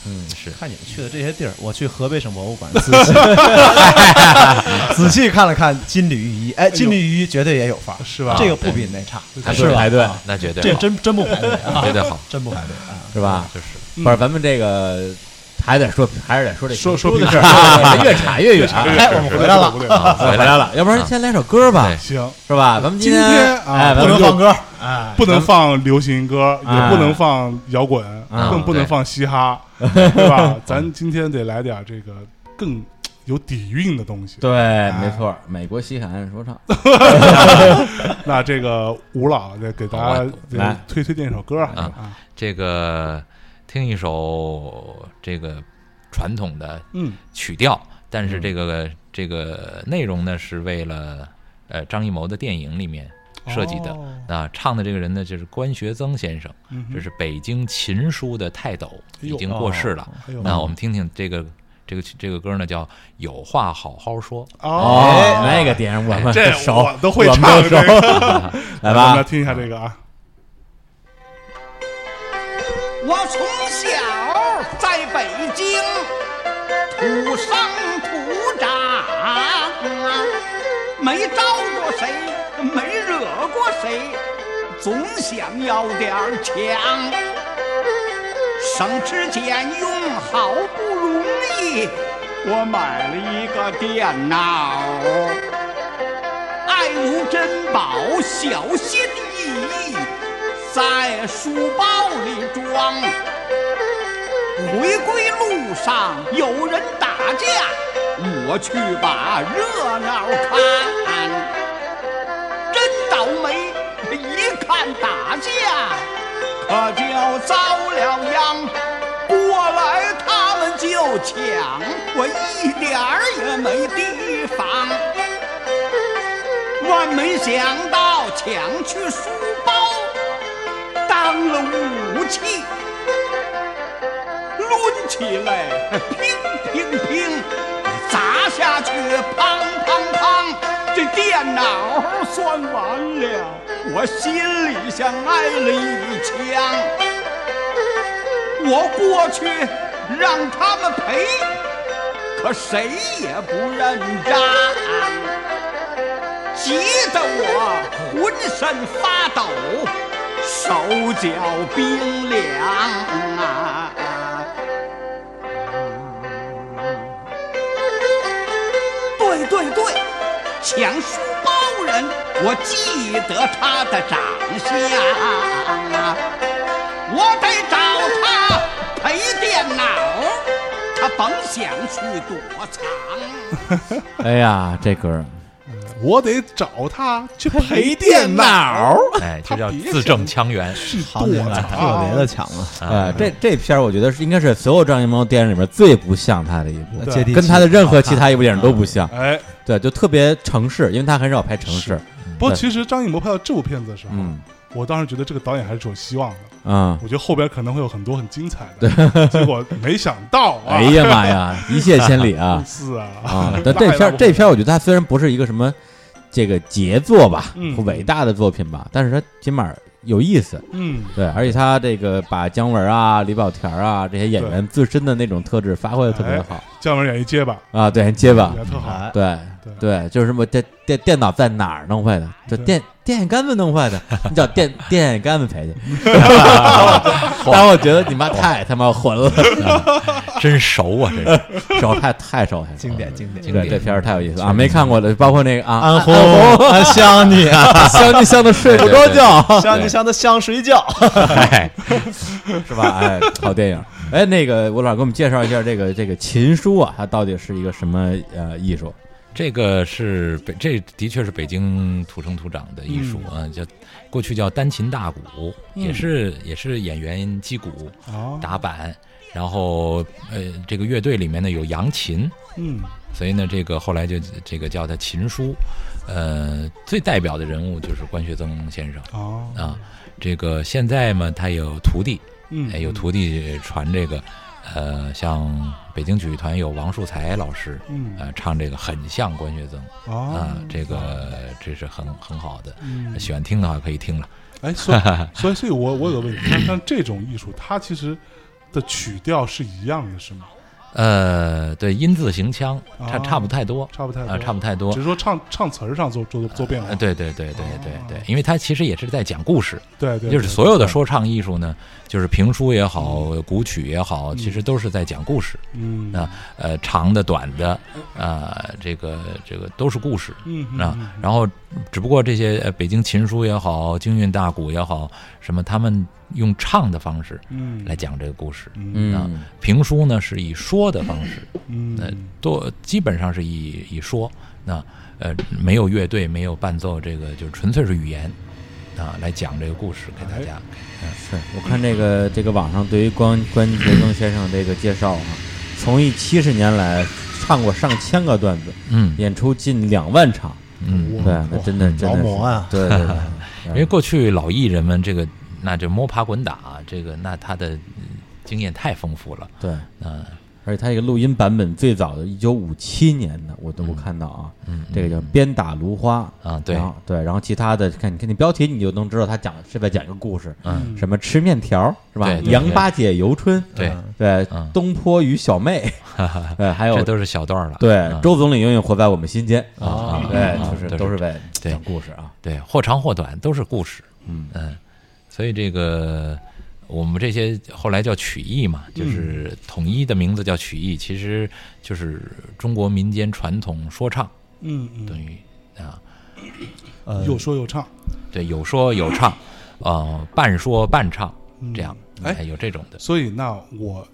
B: 嗯，
A: 是
D: 看你们去的这些地儿，我去河北省博物馆 仔细仔细看了看金缕玉衣，哎，金缕玉衣绝对也有范儿，
C: 是吧
D: 这个不比那差，
B: 还
D: 是
B: 是
D: 吧
B: 排？队
A: 那绝对
D: 这
A: 好
D: 真真不排队 啊，
A: 绝对 好，
D: 真不排队啊！
B: 是吧？
A: 就是
B: 不是，咱们这个还得说，还是得说这
C: 说说
B: 评
C: 评
B: 事 儿，越岔越远。
D: 哎，我们回来了，
A: 啊
B: 回
A: 回来
B: 来了，哎要不然先来首歌吧
A: 对，
C: 行，
B: 是吧？咱们
C: 今
B: 天
C: 天
B: 哎，
C: 啊
B: 咱
D: 不
B: 们
D: 能放歌，哎，
C: 不能放流行歌，
B: 啊
C: 也不能放摇滚，
B: 啊
C: 更不能
A: 对
C: 放嘻哈，对吧？咱今天得来点这个更有底蕴的东西。
B: 对，
C: 哎
B: 没错，美国西海岸说唱，
C: 哦那这个吴老得给大家
A: 好啊
C: 得
B: 来
C: 推推荐一首歌啊啊，
A: 这个听一首这个传统的
C: 嗯，
A: 曲调，但是这个、这个内容呢是为了呃张艺谋的电影里面设计的。
C: 哦
A: 那唱的这个人呢，就是关学增先生，
C: 嗯哼
A: 这是北京琴书的泰斗，
C: 哎
A: 已
C: 呦
A: 经过世了。
C: 哎呦
A: 那我们听听这个这个这个歌呢，叫《有话好好说》。
C: 哦，
A: 哎
B: 哦，那个点我 们
C: 这
B: 熟，
C: 我都会
B: 我们都
C: 唱
B: 熟
C: 这，
B: 来
C: 我们来
B: 吧，
C: 听一下这个啊，
E: 我从小在北京土生土没招过谁，没惹过谁，总想要点儿强。省吃俭用，好不容易我买了一个电脑，爱如珍宝，小心翼翼在书包里装。回归路上有人打架，我去把热闹看。真倒霉，一看打架，可就遭了殃。过来他们就抢，我一点儿也没提防。万没想到抢去书包，当了武器。抡起来，乒乒乒，砸下去，砰砰砰，这电脑算完了，我心里像挨了一枪。我过去让他们赔，可谁也不认账，急得我浑身发抖，手脚冰凉啊！对对对，抢书包人，我记得他的长相啊，我得找他赔电脑，他甭想去躲藏。
B: 哎呀，这歌儿
C: 我得找他去
B: 陪
C: 陪
B: 电脑
C: 脑，
A: 哎，这
C: 他
A: 叫
C: 别
A: 字
C: 想
A: 正腔圆。
C: 去
D: 好
C: 躲
D: 你们特别
C: 藏。
D: 的强啊，
B: 呃，哎这这片儿我觉得是应该是所有张艺谋电影里面最不像他的一部，
D: 接地气，
B: 跟他的任何其他一部电影都不像。
C: 哎，
B: 对，就特别城市，因为他很少拍城市。
C: 不过其实张艺谋拍到这部片子的时候，
B: 嗯
C: 我当时觉得这个导演还是有希望的，
B: 嗯，
C: 我觉得后边可能会有很多很精彩的。结果没想到啊，
B: 哎呀妈呀，一泻千 里啊
C: 是啊，
B: 啊！但这片儿这片儿，我觉得他虽然不是一个什么这个杰作吧，
C: 嗯
B: 或伟大的作品吧，但是他起码有意思。
C: 嗯，
B: 对，而且他这个把姜文啊、李保田啊这些演员自身的那种特质发挥的特
C: 哎
B: 别的好
C: 姜文演一结巴
B: 啊，对，结巴，
C: 也特
D: 啊
C: 好，
B: 对
C: 对
B: 对，就是什么电电电脑在哪儿弄坏的？这
C: 对
B: 电电线杆子弄坏的，你找电电线杆子赔去。 但我觉得你妈太他妈混 了，
A: 真熟啊，这是
B: 手太太手太
D: 经典经典。
A: 经
B: 对，
A: 典。
B: 这片儿太有意思了啊！没看过的，包括那个啊，
D: 安红，安香你 啊，
B: 香你香的睡不着 觉，
D: 香你香的香睡觉，
A: 哎
B: 是吧？哎，好电影。哎，那个吴老师给我们介绍一下这个这个琴书啊，它到底是一个什么呃艺术？
A: 这个是北，这的确是北京土生土长的艺术
C: 嗯
A: 啊，叫过去叫单琴大鼓，也是也是演员击鼓
C: 啊，
A: 打板，然后呃，这个乐队里面呢有扬琴，
C: 嗯
A: 所以呢，这个后来就这个叫他琴书，呃，最代表的人物就是关学增先生
C: 啊，
A: 啊。这个现在嘛，他有徒弟，
C: 嗯
A: 哎，有徒弟传这个，呃，像北京曲艺团有王树才老师，
C: 嗯
A: 呃，唱这个很像关学增啊
C: 啊，，
A: 这个这是很很好的，
C: 嗯
A: 喜欢听的话可以听了。
C: 哎，所以所以所以我我有个问题，像像这种艺术，它其实的曲调是一样的，是吗？
A: 呃，对，音字行腔差
C: 啊
A: 差不太多，
C: 差不太
A: 啊，
C: 多，
A: 差不太多
C: 只。是说唱唱词儿上做做做变化
A: 呃，，对对对对对对，因为他其实也是在讲故事，
C: 哦对对，
A: 就是
C: 对
A: 所有的，说唱艺术呢，就是评书也好，古曲也好，其实都是在讲故事。
C: 嗯
A: 啊，呃，长的、短的，啊，这个这个都是故事。
C: 嗯
A: 啊，然后只不过这些呃，北京琴书也好，京韵大鼓也好，什么他们用唱的方式
C: 嗯
A: 来讲这个故事。
C: 嗯
A: 啊
B: 嗯，
A: 评书呢是以说的方式，呃
C: 嗯，
A: 多基本上是以以说，那呃没有乐队，没有伴奏，这个就是纯粹是语言啊来讲这个故事给大家。
B: 是我看这个这个网上对于关关杰增先生这个介绍啊，从艺七十年来唱过上千个段子，
A: 嗯
B: 演出近两万场，
A: 嗯，
B: 对，那真的真
D: 劳
B: 的
D: 模
B: 是，
D: 啊，
B: 对 对对，
A: 因为过去老艺人们这个那就摸爬滚打，这个那他的嗯经验太丰富了。
B: 对
A: 嗯，
B: 而且它这个录音版本最早的一九五七年的，我
D: 嗯
B: 都我看到啊，这个叫《鞭打芦花》
A: 啊对
B: 然后对，然后其他的看你看你标题你就能知道他讲是在讲一个故事，
A: 嗯，
B: 什么吃面条是吧？
A: 对对对
B: 杨八姐游春，
A: 对
B: 对
A: 嗯，
B: 东坡与小 妹，对，还有
A: 这都是小段儿了。
B: 嗯对
A: 嗯
B: 周总理永远活在我们心间
A: 啊啊
B: 对
A: 啊，
B: 就是
A: 对
B: 都
A: 对
B: 是在
A: 对
B: 讲故事啊，
A: 对，或长或短都是故事。
B: 嗯
A: 所以这个我们这些后来叫曲艺嘛，
C: 嗯
A: 就是统一的名字叫曲艺，其实就是中国民间传统说唱，
C: 嗯嗯，
A: 等于啊，
D: 呃，
C: 又说又唱，
A: 对，有说有唱，呃，半说半唱，
C: 嗯
A: 这样，
C: 哎
A: 哎，有这种的。
C: 所以那我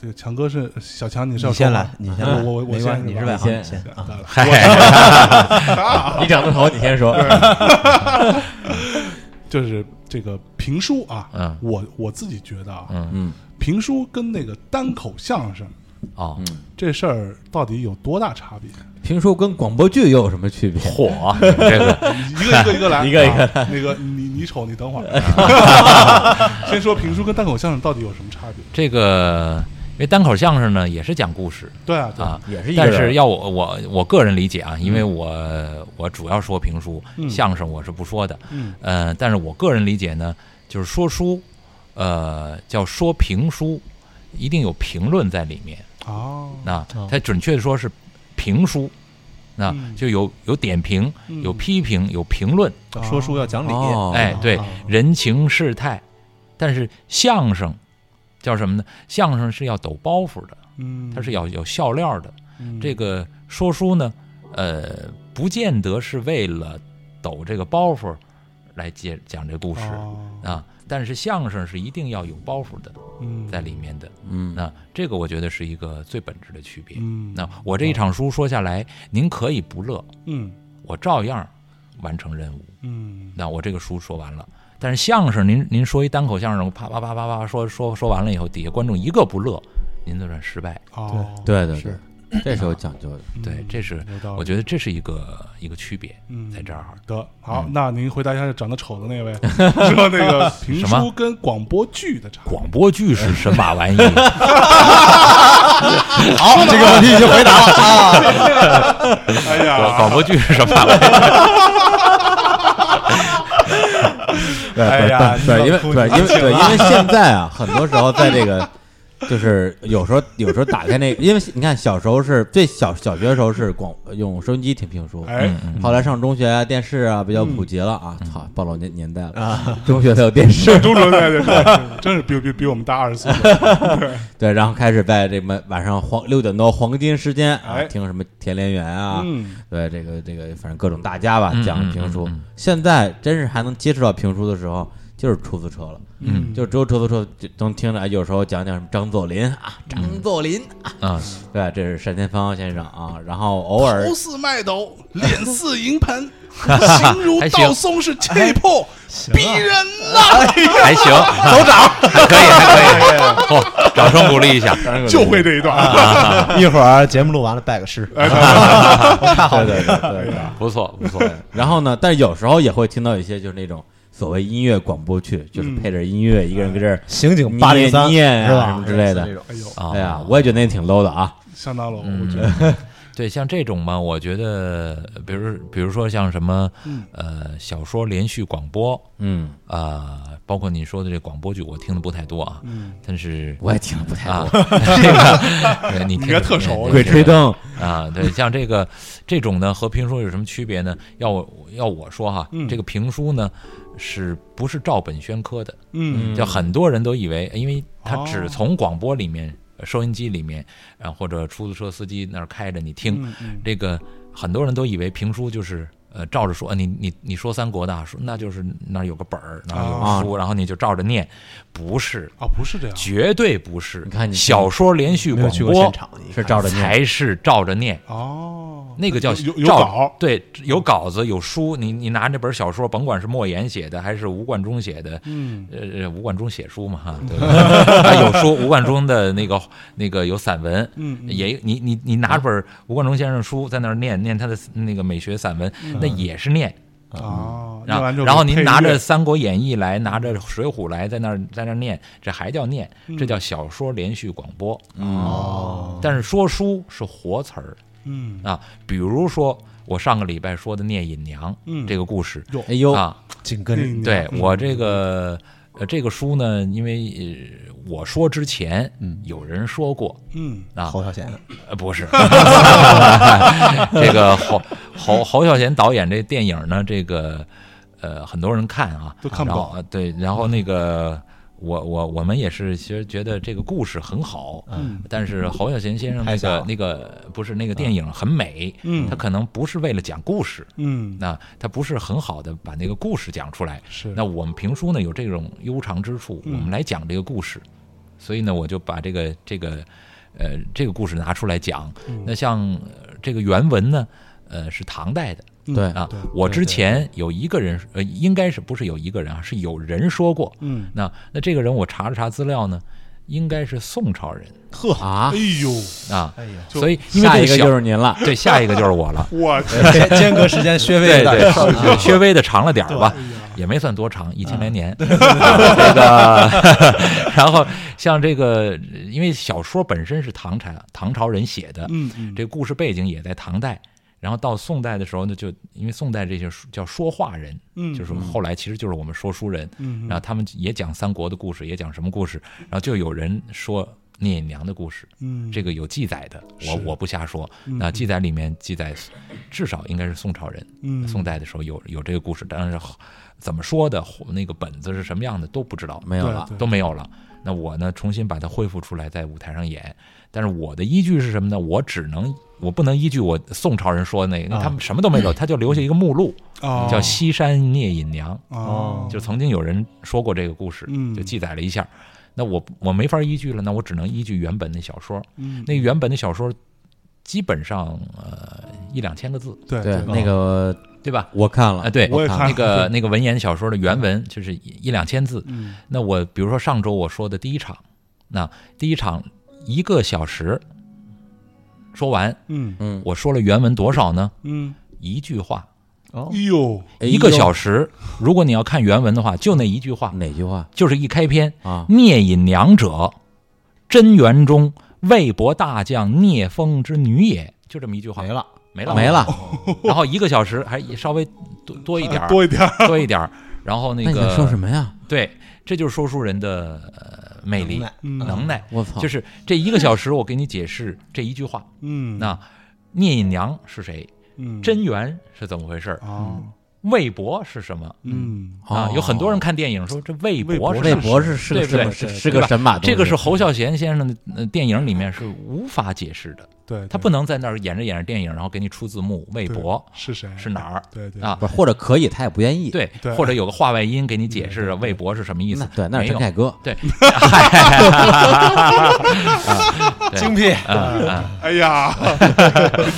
C: 这个强哥是小强，你是要
D: 你先
C: 说吗啊
D: 来，你先
C: 我
D: 来，
C: 我我
D: 没
C: 先
D: 关系，你
C: 是
D: 是
C: 吧
D: 外行，
B: 先
D: 你先 啊。
C: 啊
A: 嗨，
B: 你长得头，你先说，
C: 就是这个评书啊，
A: 嗯
C: 我我自己觉得啊，
A: 嗯，
B: 嗯，
C: 评书跟那个单口相声
A: 哦，
C: 这事儿到底有多大差别？
B: 评书跟广播剧又有什么区别？
A: 火，你这个
C: 一个一个一个来，
B: 一个一个
C: 啊那个你你瞅你等会儿， 先说评书跟单口相声到底有什么差别？
A: 这个，因为单口相声呢也是讲故事
C: 对啊，对啊
A: 啊，
B: 也是一个
A: 但
B: 人，
A: 是要我我我个人理解啊，因为我我主要说评书，
C: 嗯
A: 相声我是不说的，
C: 嗯
A: 呃，但是我个人理解呢，就是说书，呃，叫说评书，一定有评论在里面。
C: 哦，
A: 那
D: 哦
A: 它准确的说是评书，那
C: 嗯
A: 就有有点评，
C: 嗯
A: 有批评，有评论，
D: 说书要讲理，
B: 哦，
A: 哎，对
C: 哦，
A: 人情世态。但是相声叫什么呢？相声是要抖包袱的，
C: 嗯，
A: 它是要有笑料的。
C: 嗯
A: 这个说书呢，呃，不见得是为了抖这个包袱来接讲这故事
C: 哦
A: 啊。但是相声是一定要有包袱的
C: 嗯
A: 在里面的，
B: 嗯，
A: 那这个我觉得是一个最本质的区别。
C: 嗯
A: 那我这一场书说下来，您可以不乐，
C: 嗯
A: 我照样完成任务。
C: 嗯
A: 那我这个书说完了，但是相声您您说一单口相声，啪啪啪啪啪说说说完了以后，底下观众一个不乐，您就算失败。
C: 哦，
B: 对对
C: 是
B: 对，这是有讲究的，
C: 嗯
A: 对，这是
C: 有道理
A: 我觉得这是一个一个区别
C: 啊嗯
A: 在这儿。啊
C: 得
A: 嗯
C: 好，那您回答一下长得丑的那位， 说那个评
A: 什
C: 书
A: 么
C: 跟广播剧的差别。
A: 广播剧是神马 玩意？好，
D: 这个问题已经回答了啊。
C: 哎呀，
A: 广播剧是神马玩 意？
B: 对
C: 哎呀
B: 对对，
C: 你
B: 因为
C: 老哭你
B: 对因为
C: 醒
B: 对
C: 了
B: 因为现在啊， 很多时候在这个。就是有时候，有时候打开那个，因为你看小时候是最小小学的时候是广用收音机听评书，
C: 哎，嗯
B: 后来上中学啊，电视啊比较普及了啊，操，暴露年年代了啊，中学才有电视，
C: 中国对对对，真是比比比我们大二十岁。
B: 对，然后开始在这么晚上黄六点多黄金时间啊，
C: 哎
B: 听什么田连元啊，
C: 嗯
B: 对这个这个，反正各种大家吧
A: 嗯
B: 讲
A: 嗯
B: 评书。
A: 嗯嗯
B: 现在真是还能接触到评书的时候，就是出租车了，
C: 嗯
B: 就只有出租车就能听着。哎有时候讲讲什么张作霖啊， 张作霖，
A: 啊，
B: 对，这是单田芳先生啊。然后偶尔
C: 头似麦斗，脸似银 盆，形如道松是气魄逼人
A: 哎
C: 呐，
A: 还行，首长还可以，还 可以，嚯，掌声鼓励一下。
C: 就会这一段。
A: 啊
D: 啊一会儿节目录完了拜个师，啊
B: 看好对对对对。
A: 不错，不错，
B: 然后呢，但是有时候也会听到一些就是那种所谓音乐广播剧，就是配着音乐一个人跟这儿
D: 刑警八零三
B: 念念啊
D: 是吧？
B: 什么之类的
D: 这种
C: 哎呦，
A: 啊，
B: 哎呀，我也觉得那挺 low 的啊。
C: 相当了，我觉得
A: 嗯，对，像这种嘛，我觉得，比如，比如说像什么，
C: 嗯
A: 呃，小说连续广播，
B: 嗯，
A: 啊，包括你说的这广播剧，我听的不太多啊，
C: 嗯
A: 但是
B: 我也听的不太
A: 啊
B: 多。，
A: 这个 对你
C: 你
A: 听
C: 别特熟
A: 对
B: 鬼吹灯，
A: 啊，对，像这个这种呢，和评书有什么区别呢？要我要我说哈，这个评书呢，是不是照本宣科的？
C: 嗯
A: 就很多人都以为，因为他
C: 哦
A: 只从广播里面、呃收音机里面，然后或者出租车司机那儿开着你听，
C: 嗯嗯
A: 这个很多人都以为评书就是。呃，照着说，呃你你你说三国的啊，说那就是那儿有个本儿，那儿有
B: 啊
A: 个书，然后你就照着念，不是，
C: 啊，不是这样
A: 绝对不是。
B: 你看你
A: 小说连续
D: 没有
A: 广
D: 去过
A: 播
D: 现场，你
B: 是照着念。
A: 才是照着念，
C: 哦，
A: 那个叫
C: 有有
A: 照
C: 稿
A: 对，有稿子有书，你你拿那本小说，甭管是莫言写的还是吴冠中写的，
C: 嗯
A: 呃，呃吴冠中写书嘛哈，对吧 啊有书，吴冠中的那个那个有散文，
C: 嗯嗯
A: 也你你你拿本吴冠中先生书在那儿念念他的那个美学散文，那也是念，
C: 啊，嗯念完之后，
A: 嗯然后您拿着《三国演义》来，拿着《水浒》来，在那儿在那儿念，这还叫念，这叫小说连续广播。
C: 嗯哦，
A: 但是说书是活词儿
C: 嗯
A: 啊，比如说我上个礼拜说的《聂隐娘
C: 嗯》
A: 这个故事
C: 哟，
B: 哎呦，
A: 啊，
D: 紧跟着，
A: 对
C: 嗯
A: 我这个呃这个书呢，因为呃我说之前有人说过
C: 嗯
A: 啊，
D: 侯孝贤，
A: 呃，不是， 这个侯侯侯孝贤导演这电影呢，这个呃，很多人看啊，
C: 都看不
A: 然
C: 懂
A: 后。呃对，然后那个我我我们也是其实觉得这个故事很好，嗯，但是侯孝贤先生那
D: 太假
A: 个
D: 了
A: 那个不是那个电影很美，
C: 嗯
A: 他可能不是为了讲故事，
C: 嗯，
A: 那他不是很好的把那个故事讲出来。
C: 是
A: 那我们评书呢有这种悠长之处，
B: 嗯
A: 我们来讲这个故事，所以呢我就把这个这个呃这个故事拿出来讲。
B: 嗯
A: 那像呃这个原文呢，呃是唐代的
C: 嗯
B: 对
A: 啊
C: 对。
A: 我之前有一个人，呃应该是不是有一个人啊，是有人说过。
C: 嗯，
A: 那那这个人我查了查资料呢，应该是宋朝人
B: 啊
C: 哎，呦，
A: 啊。
D: 哎呀，
A: 所以因为
B: 下
A: 这
B: 一个
A: 小
B: 就是您了，
A: 对下一个就是我了。
C: 我去，
D: 间间隔时间稍微有
A: 对
D: 点
A: 对，
D: 长啊
A: 是稍微的长了点儿吧
C: 对哎呀，嗯
A: 也没算多长，一千来 年。这个，然后像这个，因为小说本身是唐朝唐朝人写的，
C: 嗯嗯，
A: 这个故事背景也在唐代。然后到宋代的时候呢，就因为宋代这些书叫说话人，
C: 嗯
A: 就是后来其实就是我们说书人，
C: 嗯嗯
A: 然后他们也讲三国的故事，也讲什么故事，然后就有人说聂隐娘的故事，
C: 嗯
A: 这个有记载的，我
C: 是
A: 我不瞎说。那记载里面记载，至少应该是宋朝人，
C: 嗯
A: 宋代的时候有有这个故事，但是后怎么说的，后那个本子是什么样的都不知道，
B: 没有了
C: 对对
A: 都没有了。那我呢，重新把它恢复出来，在舞台上演。但是我的依据是什么呢？我只能，我不能依据我宋朝人说的那个，因为他们什么都没有，他就留下一个目录，
C: 啊哦
A: 叫《西山聂隐娘》。
C: 哦，
A: 就曾经有人说过这个故事
C: 嗯，
A: 就记载了一下。那我我没法依据了，那我只能依据原本的小说。
C: 嗯
A: 那个原本的小说基本上呃一两千个字，
C: 对哦
B: 对，哦呃那个
A: 对吧？
B: 我看了
A: 啊，，对，
C: 我也看
A: 那个
C: 了
A: 那个文言小说的原文就是一一两千字。
C: 嗯
A: 那我比如说上周我说的第一场，那第一场一个小时说完，
C: 嗯
B: 嗯，
A: 我说了原文多少呢？
C: 嗯，
A: 一句话，哦
C: 哎呦，
B: 哎
A: 一个
B: 呦
A: 小时。如果你要看原文的话，就那一句话，
B: 哪句话
A: 就是一开篇，
B: 啊？
A: 聂隐娘者，贞元中魏博大将聂风之女也，就这么一句话，
D: 没了，
A: 没了，
B: 没。了，
A: 然后一个小时还稍微多多一点 儿，
C: 啊多一 点儿，
A: 多一点儿。然后
B: 那
A: 那
B: 你想
A: 个
B: 说什么呀？
A: 对，这就是说书人的呃魅力、
C: 嗯
A: 能耐。
B: 我操，
A: 就是这一个小时，我给你解释这一句话。
C: 嗯，
A: 那聂隐娘是谁？
C: 嗯
A: 贞元是怎么回事儿？
C: 哦，
A: 魏博是什么？
C: 嗯
A: 啊
B: 嗯哦，
A: 有很多人看电影说这魏博是
B: 魏
A: 什么？
B: 博士是个
A: 对不对
B: 是是是
A: 对
B: 个
A: 吧
B: 神马东西，
A: 这个是侯孝贤先生的呃电影里面是无法解释的，
B: 嗯
C: 对，
A: 他
C: 对
A: 不能在那儿演着演着电影，然后给你出字幕。魏
C: 对
A: 博
C: 是谁
A: 是哪儿
C: 对对
A: 啊？
B: 不是或者可以，他也不愿意。
A: 对
C: 对，
A: 或者有个话外音给你解释魏博是什么意
B: 那
A: 思？
B: 对，那是
A: 没有
B: 陈凯歌。
A: 对，啊对
D: 精辟，
A: 啊，
C: 哎 呀，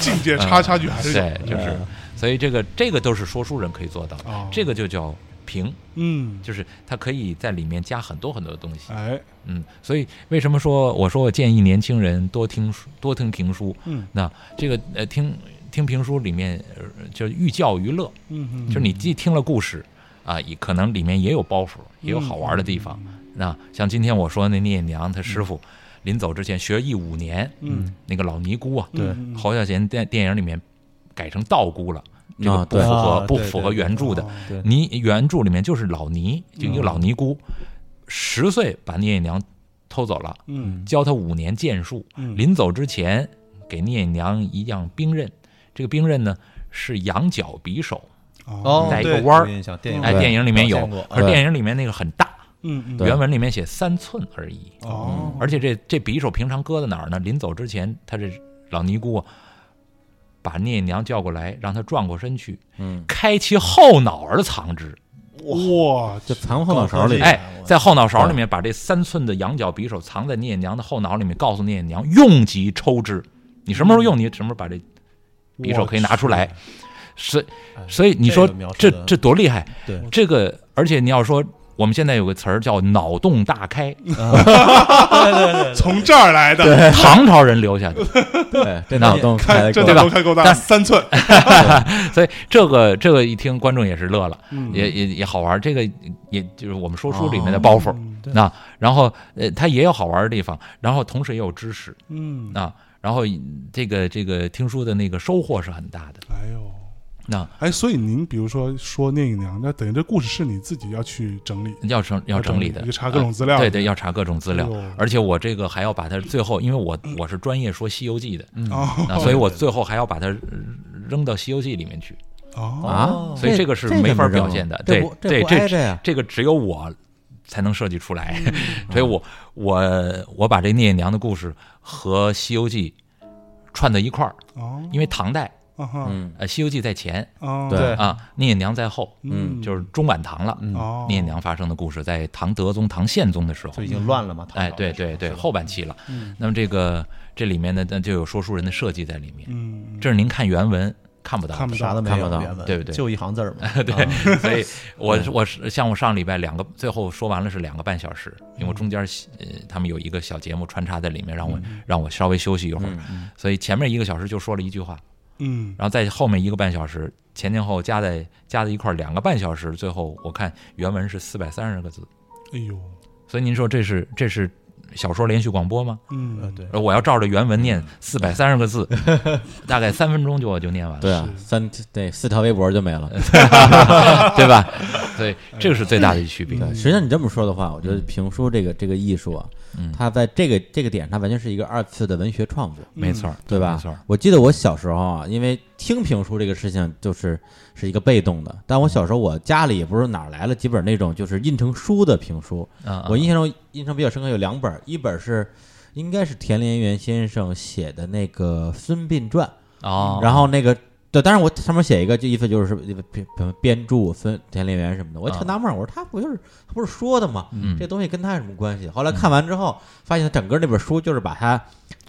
C: 境界差差距还是有嗯
A: 对，就是，所以这个这个都是说书人可以做到的
C: 哦，
A: 这个就叫评，
C: 嗯，
A: 就是他可以在里面加很多很多的东西，
C: 哎，
A: 嗯，所以为什么说我说我建议年轻人多听书，多听评书，
C: 嗯
A: 那这个呃听听评书里面呃就寓教于乐，
C: 嗯，
A: 就是你既听了故事啊，也可能里面也有包袱，也有好玩的地方。
C: 嗯
A: 那像今天我说那聂隐娘她师傅临走之前学艺五年，
C: 嗯，
A: 那个老尼姑啊，
C: 对嗯
A: 侯孝贤电电影里面改成道姑了，这个
B: 啊
A: 不
B: 对
A: 符合
D: 啊
A: 不
D: 对
A: 符
D: 对
A: 合原著的
C: 哦。
D: 对
A: 尼原著里面就是老尼，就一个
C: 嗯
A: 老尼姑，十岁把聂隐娘偷走了，
C: 嗯
A: 教她五年剑术，
C: 嗯
A: 临走之前给聂隐娘一样兵刃，这个兵刃呢是羊角匕首，
C: 哦，
A: 带一个
D: 对
A: 弯儿
D: 有印象，电影
A: 哎，
B: 对
A: 电影里面有
D: 见过，
A: 而
B: 对
A: 电影里面那个很大，
C: 嗯嗯，
B: 对
A: 原文里面写三寸而已。
C: 哦，
A: 而且这这匕首平常搁在哪儿呢？临走之前，他这老尼姑啊把聂隐娘叫过来，让她转过身去，
B: 嗯，
A: 开其后脑而藏之。
C: 哦哇，
B: 就藏后脑勺里
D: 对。
A: 哎
D: 我，嗯
A: 在后脑勺里面把这三寸的羊角匕首藏在聂隐娘的后脑里面，告诉聂隐娘用即抽之。你什么时候
D: 嗯
A: 用，你什么时候把这匕首可以拿出来。所以所以你说
D: 哎这个描述
A: 这
D: 得
A: 这多厉害？
D: 对
A: 这个，而且你要说我们现在有个词儿叫“脑洞大 开
C: 从这儿来的，”，
A: 唐朝人留下的。
B: 对，这
A: 那
B: 脑洞开
C: 看
B: 得
C: 这
B: 够
C: 脑
B: 大
C: 洞开够大，
A: 但
C: 三寸，
A: 所以这个这个一听，观众也是乐了，
C: 嗯
A: 也也也好玩儿。这个也就是我们说书里面
D: 哦
A: 的包袱儿。那、然后呃，它也有好玩儿的地方，然后同时也有知识
C: 嗯，
A: 啊。然后这个这个听书的那个收获是很大的。
C: 哎呦，
A: 那
C: 哎，所以您比如说说聂隐娘，那等于这故事是你自己要去整理，
A: 要整要整理的，
C: 要查各种资料
A: 啊对对，要查各种资料
C: 哎呦，
A: 而且我这个还要把它最后，因为我我是专业说《西游记》的，
B: 嗯
A: 啊
C: 哦
A: 那所以我最后还要把它呃扔到《西游记》里面去，
C: 哦，
B: 啊，
A: 所以这个是没法表现的。
B: 这
A: 对
B: 不
A: 对，
B: 不挨
A: 这
B: 着呀，嗯
A: 这个只有我才能设计出来，所以我我我把这聂隐娘的故事和《西游记》串在一块儿，
C: 哦，
A: 因为唐代
C: 啊哈，
B: 嗯
A: 呃《西游记》在前
C: 哦，
B: 对
A: 啊，嗯聂隐娘在后，
C: 嗯，
A: 就是中晚唐了。
C: 哦，
A: 聂隐娘发生的故事在唐德宗、唐宪宗的时候，
D: 就已经乱了嘛。
A: 哎，对对对，后半期了。
C: 嗯
A: 那么这个这里面呢，那就有说书人的设计在里面。
C: 嗯，
A: 这是您看原文看不到
C: 看
A: 的，
C: 不
D: 啥
C: 到
D: 都没
B: 看不
D: 有，
B: 到
D: 原文
A: 对不 对
D: 就一行字儿嘛。啊对，
A: 所 以我
C: 嗯
A: 我是像我上礼拜两个最后说完了是两个半小时，因
C: 嗯
A: 为我中间呃他们有一个小节目穿插在里面，让我
C: 嗯
A: 让我稍微休息一会儿，所以前面一个小时就说了一句话，
C: 嗯，
A: 然后在后面一个半小时前前后后加在加在一块儿两个半小时，最后我看原文是四百三十个字，
C: 哎呦，
A: 所以您说这是这是小说连续广播吗？
C: 嗯，
D: 对，
A: 而我要照着原文
B: 嗯
A: 念四百三十个 字，大概三分钟就我就念完了，
B: 对啊，三对四条微博就没了。
A: 呃对 吧？所以这个是最大的区别。
B: 对，实际上你这么说的话，我觉得评书这个这个艺术啊，它在这个这个点，它完全是一个二次的文学创作，
C: 嗯
A: 没错儿，
B: 嗯对吧
A: 没错儿？
B: 我记得我小时候啊，因为听评书这个事情就是是一个被动的，但我小时候我家里也不是哪儿来了几本那种就是印成书的评书，
A: 嗯嗯
B: 我印象中印象比较深刻有两本，一本是应该是田连元先生写的那个《孙膑传》，
A: 哦，
B: 然后那个对，当然我上面写一个，这意思就是编编著分田连元什么的，我
A: 啊
B: 挺纳闷儿，我说他不就是他不是说的吗？
A: 嗯
B: 这东西跟他有什么关系？后来看完之后，发现他整个那本书就是把他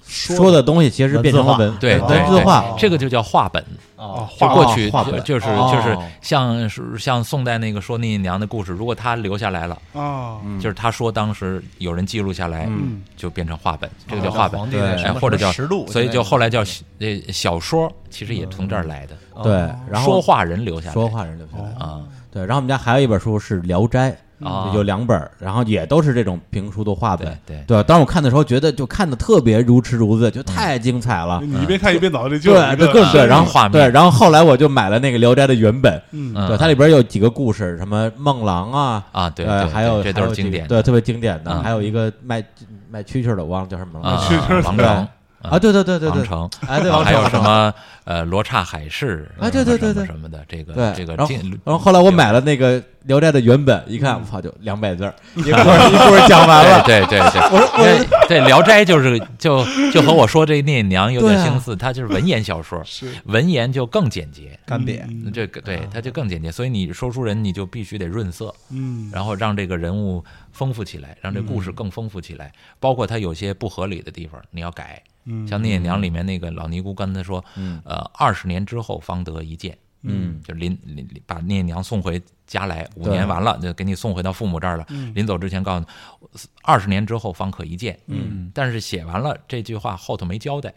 D: 说
B: 说的东西其实变成了
D: 文字化
B: 文
A: 对对
B: 文字
A: 对
B: 化，
A: 这个就叫话本，
C: 啊，
D: 哦，
A: 就
C: 画
A: 过去
B: 话本
A: 就是
B: 哦
A: 就是像是像宋代那个说聂隐娘的故事，如果他留下来了，
C: 啊，
B: 嗯
A: 就是他说当时有人记录下来，
C: 嗯
A: 就变成话本，这
B: 哦
A: 个叫话本
D: 皇。帝的
B: 对
D: 什
A: 哎，
D: 么
A: 或者
D: 什么
A: 叫
D: 实录，
A: 所以
D: 之类
A: 就
D: 的
A: 后来叫呃小说，其实也从这
B: 嗯
A: 儿来的。
B: 对，然后
A: 说话人留下来，
B: 说话人留下来。
A: 啊，
B: 对，然后我们家还有一本书是《聊斋》，
A: 啊
B: 有两本儿，然后也都是这种评书的话本。
A: 对对
B: 当时我看的时候，觉得就看的特别如痴如醉，就太精彩了。
C: 你一边看一边脑子里就有
B: 对，
C: 一个啊
B: 对，更对，然
A: 画
B: 后
A: 面
B: 对，然后后来我就买了那个《聊斋》的原本，
C: 嗯
A: 嗯
B: 对，它里边有几个故事，什么孟郎啊，
A: 啊，对
B: 呃
A: 对，
B: 还有
A: 对这
B: 还
A: 都
B: 有
A: 是
B: 几
A: 经
B: 个
A: 典的
B: 对，特别经典的，
A: 嗯
B: 还有一个卖卖蛐蛐的，我忘了叫什么 了
A: 啊
C: 去这儿，
A: 王
B: 对
A: 成
B: 啊，对对对对
A: 王
B: 对，
A: 成，
B: 哎，对，
A: 啊
B: 王
A: 还有
B: 成
A: 什？么呃罗刹海市
B: 啊对对
A: 什
B: 对
A: 么
B: 对
A: 什么的，这个
B: 对，
A: 这个
B: 然后
A: 进
B: 然后后来我买了那个《聊斋》的原本，一看，我操，就两百字 儿，一会儿一会儿讲完了。
A: 嗯哎对 对对对，因为对《聊斋》就是就就和我说这聂隐娘有点
B: 对啊
A: 相似，它就是文言小 说，
C: 是嗯
A: 文言就更简洁，
D: 干瘪，
A: 这个
B: 嗯
A: 对它就更简洁，所以你说书人你就必须得润色，
C: 嗯，
A: 然后让这个人物丰富起来，让这故事更丰富起来，包括它有些不合理的地方你要改，
C: 嗯
A: 像聂隐娘里面那个老尼姑刚才说，呃，二十年之后方得一见。
B: 嗯，
A: 就临临临把聂娘送回家来，五年完了就给你送回到父母这儿了。临走之前告诉你，二十年之后方可一见。嗯，但是写完了这句话后头没交代，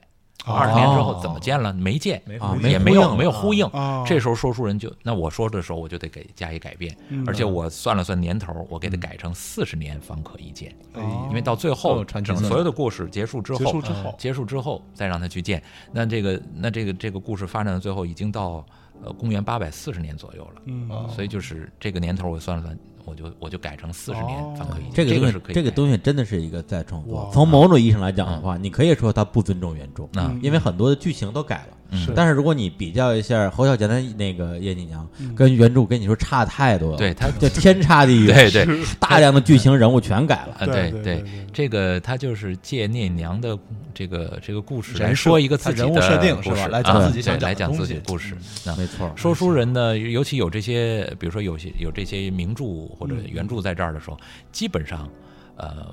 A: 二十年之后怎么见了？没见
B: 啊，
A: 也没
B: 没呼
A: 有
B: 应
A: 没有呼应
C: 哦。
A: 这时候说书人就那我说的时候我就得给加以改变，而且我算了算年头，我给它改成四十年方可一见。哎因
C: 哦
A: 为到最
D: 更
A: 后
D: 有传奇
A: 哦整
D: 色彩
A: 所有的故事结束之后，嗯
C: 结束之后
A: 结束之后再让他去见。那这个那这个这个故事发展到最后，已经到呃公元八百四十年左右了。
C: 嗯
A: 呃所以就是这个年头，我算了算，我就我就改成四十年
C: 哦
A: 方可以。
B: 这个
A: 个
B: 东
A: 是
B: 西
A: 可，以
B: 这个
A: 改
B: 东西真的是一个再创作
C: 哇。
B: 从某种意义上来讲的话，你可以说它不尊重原著
A: 嗯，
B: 因为很多的剧情都改了。
C: 是
B: 但是如果你比较一下侯孝贤的那个《叶锦娘》
C: 嗯
B: 跟原著，跟你说差太多了，
A: 对它
B: 就天差地远，
A: 对对
B: 大量的剧情人物全改了。
A: 啊
C: 对
A: 对
C: 对对对，
A: 这个他就是借聂隐娘的这个这个故事来
D: 人设
A: 说一个自
D: 他
A: 己
D: 人物
A: 的
D: 设定是
A: 故
D: 吧
A: 事
D: 来讲
A: 啊
D: 自己想
A: 对
D: 讲
A: 来
D: 的
A: 讲
D: 东
A: 自
D: 西
A: 己故事。那
B: 没错，
A: 说书人呢，尤其有这些，比
B: 嗯
A: 如说有些有这些名著或者原著在这儿的时候，基本上，呃，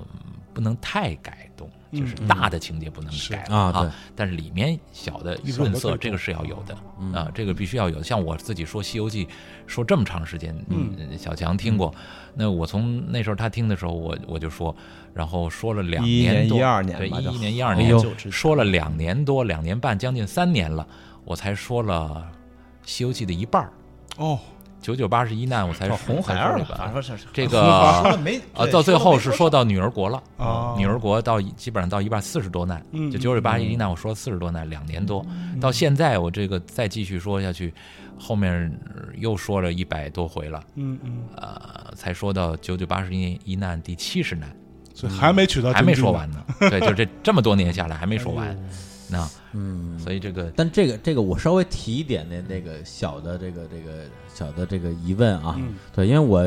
A: 不能太改动，
C: 嗯
A: 就是大的情节不能改
B: 是啊对
A: 啊，但是里面小的润色这个是要
B: 嗯
A: 有的
D: 嗯
A: 啊，这个必须要有。像我自己说《西游记》说这么长时间，嗯，小强听过，
D: 嗯
A: 那我从那时候他听的时候，我我就说，然后说了两
D: 11年
A: 多，
D: 12年
A: 对，
D: 吧
A: 一
D: 就
A: 一年一二
B: 哎
A: 年
B: 呦，
A: 说了两年多，两年半，将近三年了，我才说了《西游记》的一半儿。
C: 哦，
A: 九九八十一难，我才
D: 哦红
A: 才
D: 孩
A: 说
D: 儿
A: 了
D: 了，
A: 吧
D: 反正是
A: 这
D: 说了
A: 个
D: 没
A: 啊，
D: 对
A: 到最
D: 说了没
A: 后是说到女儿国了
C: 哦
A: 女儿国到基本上到一半四十多难，
C: 嗯
A: 就九九八一难，我说四十多难，两年多，到现在我这个再继续说下去，后面呃又说了一百多回了，
C: 嗯嗯，
A: 呃，才说到九九八十一一难第七十难，
C: 所以还没取到，
A: 还没说完，呢，对，就这这么多年下来还没
C: 哎
A: 说完，啊那嗯，所以这个
B: 但这个这个我稍微提一点那那个小的这个这个小的这个疑问啊，
C: 嗯
B: 对，因为我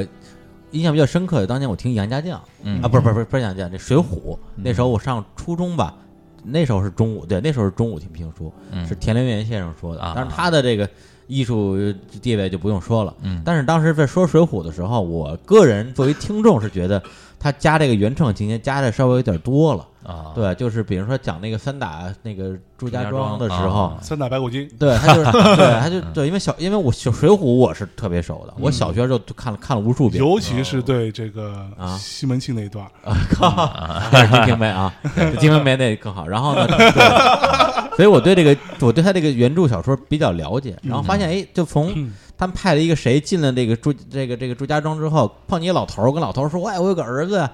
B: 印象比较深刻的，当年我听杨家将，
A: 嗯
B: 啊，不是不是不是不是杨家将，这《水浒》那时候我上初中吧，那时候是中午，对，那时候是中午听评书，
A: 嗯
B: 是田连元先生说的，
A: 啊
B: 但是他的这个艺术地位就不用说了，
A: 嗯
B: 但是当时在说《水浒》的时候，我个人作为听众是觉得他加这个原创情节加的稍微有点多了。
A: 啊，
C: 嗯
B: 对，就是比如说讲那个三打那个朱
A: 家
B: 家
A: 庄
B: 庄的时
A: 啊嗯
B: 候，
C: 三打白骨精，
B: 对，他就是对，他就对，因为小，因为我小《水浒》我是特别熟的，我小学时候就看了看了无数遍。
C: 尤其是对这个
B: 啊
C: 西门庆那一段，
B: 金瓶梅啊，金瓶梅那更好。然后呢，对所以我对这个，我对他这个原著小说比较了解，然后发现，哎，就
A: 嗯
C: 嗯
B: 从他们派了一个谁进了这个朱这个这个朱家庄之后，碰见一老头儿，跟老头儿说，哎，我有个儿子，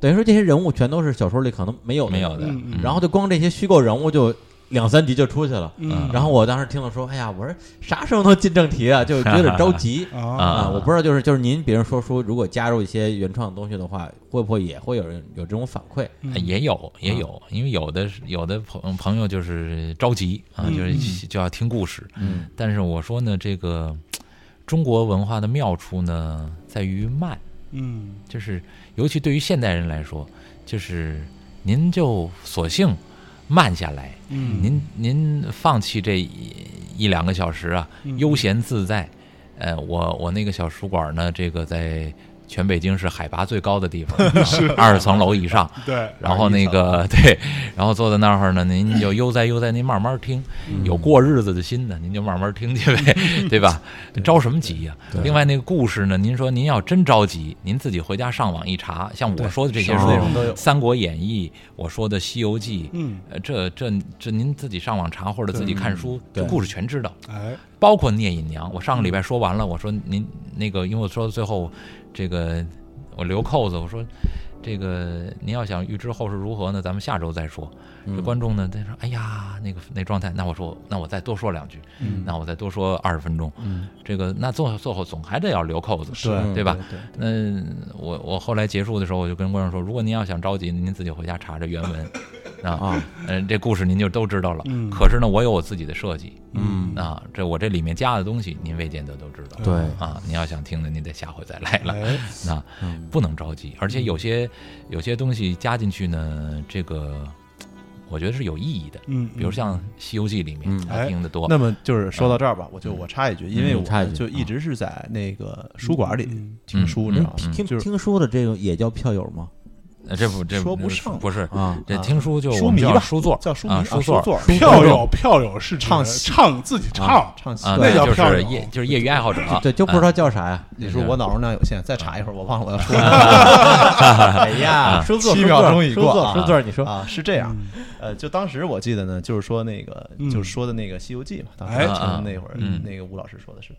B: 等于说这些人物全都是小说里可能没有
A: 没有的，
C: 嗯
A: 嗯
B: 然后就光这些虚构人物就两三集就出去了。
A: 嗯
B: 然后我当时听了说，哎呀，我说啥时候能进正题啊？就有点着急
C: 啊，
A: 啊
B: 啊。我不知道，就是就是您，比如说书，如果加入一些原创的东西的话，会不会也会有人有这种反馈？
A: 啊
C: 嗯
A: 也有也有，因为有的是有的朋朋友就是着急啊，
C: 嗯
A: 就是就要听故事。
B: 嗯，
A: 但是我说呢，这个中国文化的妙处呢，在于慢，
C: 嗯
A: 就是尤其对于现代人来说，就是您就索性慢下来，
C: 嗯，
A: 您您放弃这一一两个小时啊，
C: 嗯
A: 悠闲自在。呃，我我那个小书馆呢，这个在全北京是海拔最高的地方，二层楼以上。
C: 对，
A: 然后那个对，然后坐在那儿呢，您就悠哉悠哉，您慢慢听，
B: 嗯
A: 有过日子的心呢，您就慢慢听去 呗，对吧？着什么急呀、另外那个故事呢，您说您要真着急，您自己回家上网一查，像我说的这些书，《三国演义》，我说的《西游记》，
C: 嗯，
A: 呃，这这这您自己上网查或者自己看书，
B: 对
A: 这故事全知道。
C: 哎，
A: 包括聂隐娘，我上个礼拜说完了，我说您那个，因为我说到最后，这个我留扣子，我说这个您要想预知后事如何呢，咱们下周再说。这观众呢，他说哎呀，那个那状态，那我说那我再多说两句，那我再多说二十分钟，这个那最后最后总还得要留扣子，
D: 对
A: 嗯对吧？那我我后来结束的时候，我就跟观众说，如果您要想着急，您自己回家查查原文啊
B: 啊，
A: 嗯、这故事您就都知道了。
C: 嗯
A: 可是呢，我有我自己的设计，嗯啊，这我这里面加的东西，您未见得都知道。
B: 对
A: 啊，您要想听的，您得下回再来了。
C: 哎，
A: 那
D: 嗯
A: 不能着急，而且有些有些东西加进去呢，这个我觉得是有意义的。
C: 嗯，
A: 比如像《西游记》里面，他
C: 哎
A: 听得多，
D: 嗯那么就是说到这儿吧，我就我插一句，因为
B: 嗯插
D: 我
B: 一句
D: 就一直是在那个书馆里
C: 嗯
D: 听书，你知
B: 您
D: 道吗？
B: 听
D: 就是
B: 听书的这种也叫票友吗？
A: 呃这不这
D: 说不上
A: 不是
B: 啊
A: 这听书就
D: 书
A: 我们
D: 迷
A: 叫
D: 吧，
A: 书座
D: 叫书迷
A: 啊，
D: 书
A: 座
D: 座
C: 嗯票友票友是指
D: 唱戏
C: 唱自己唱，
D: 唱戏
A: 啊，。
C: 那叫
A: 就
C: 票友
A: 是业就是业余爱好者，
D: 啊
A: 啊
B: 对，就不知道叫啥呀。
D: 你说我脑容量有限，再查一会儿，我忘了我要说什
B: 哎呀，书座，
D: 啊七
B: 书
D: 秒
B: 座
D: 钟已
B: 书
D: 过
B: 座，
D: 啊
B: 书座，你
D: 么
B: 说
D: 啊。是这样，呃，就当时我记得呢，就是说那个，就是说的那个《西游记》嘛，当时
C: 哎
D: 听那会儿
A: 嗯
D: 那个吴老师说的是，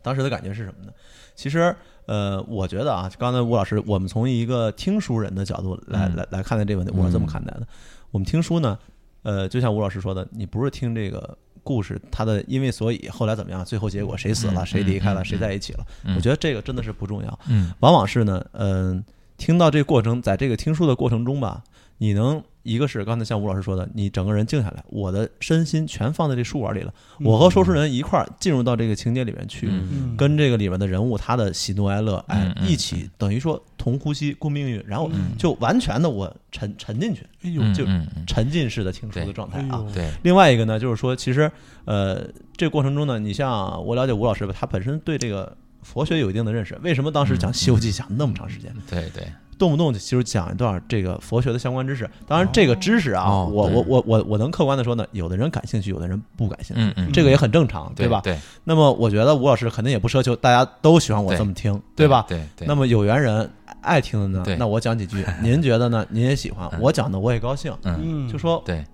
D: 当时的感觉是什么呢？其实，呃，我觉得啊，刚才吴老师，我们从一个听书人的角度来来来看待这个问题，我是这么看待的。我们听书呢，呃，就像吴老师说的，你不是听这个故事，它的因为所以后来怎么样，最后结果谁死了，谁离开了，谁在一起了，我觉得这个真的是不重要。
A: 嗯，
D: 往往是呢，嗯、听到这个过程，在这个听书的过程中吧，你能一个是刚才像吴老师说的，你整个人静下来，我的身心全放在这书馆里了，
A: 嗯
D: 我和说书人一块儿进入到这个情节里面去，
C: 嗯
D: 跟这个里面的人物他的喜怒哀乐，哎
A: 嗯，嗯
D: 一起等于说同呼吸共命运，然后就完全的我沉沉进去，哎呦
A: 嗯
D: 就
A: 嗯嗯
D: 沉浸式的听书的
A: 对
D: 状态
C: 哎
D: 啊。
C: 呦，
A: 对，
D: 另外一个呢，就是说，其实呃，这过程中呢，你像我了解吴老师吧，他本身对这个佛学有一定的认识。为什么当时讲《西游记》讲那么长时间？
A: 对对，
D: 动不动就其实讲一段这个佛学的相关知识。当然，这个知识啊，
B: 哦
D: 我
B: 对
D: 我我我我能客观的说呢，有的人感兴趣，有的人不感兴趣，
A: 嗯嗯，
D: 这个也很正常，
A: 对
D: 吧？
A: 对
D: 那么我觉得吴老师肯定也不奢求大家都喜欢我
A: 对
D: 这么听，对吧？
A: 对对，
D: 那么有缘人爱听的呢
A: 对，
D: 那我讲 几句，您觉得呢？您也喜欢，我讲的我也高兴，
A: 嗯，
C: 嗯
D: 就说
A: 对，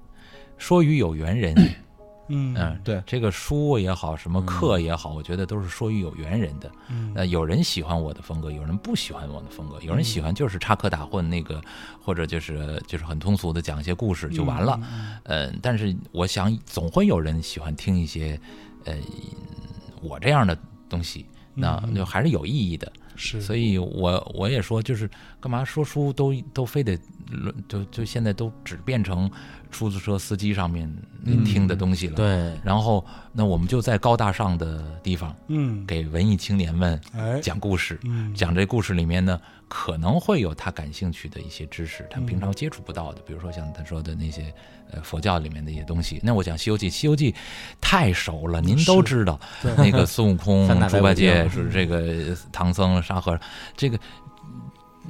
A: 说与有缘 人，
C: 嗯
A: 嗯，
D: 对
A: 这个书也好，什么课也好，我觉得都是说与有缘人的。
C: 嗯
A: 那有人喜欢我的风格，有人不喜欢我的风格，有人喜欢就是插科打诨那个，或者就是就是很通俗的讲一些故事就完了。嗯，但是我想总会有人喜欢听一些，呃，我这样的东西，那就还是有意义的。
C: 嗯是，
A: 所以我我也说，就是干嘛说书都都非得论就就现在都只变成出租车司机上面听的东西了。。
B: 对，
A: 然后，那我们就在高大上的地方
C: 嗯，
A: 给文艺青年们
C: 哎，
A: 讲故事，
C: 嗯
A: 讲这故事里面呢，可能会有他感兴趣的一些知识，他平常接触不到的，比如说像他说的那些呃佛教里面的一些东西。那我讲《西游记》，《西游记》太熟了，您都知道，那个孙悟空
B: 三、打白
A: 猪
B: 骨
A: 八
B: 精
A: 戒，是这个唐僧、沙和尚，这个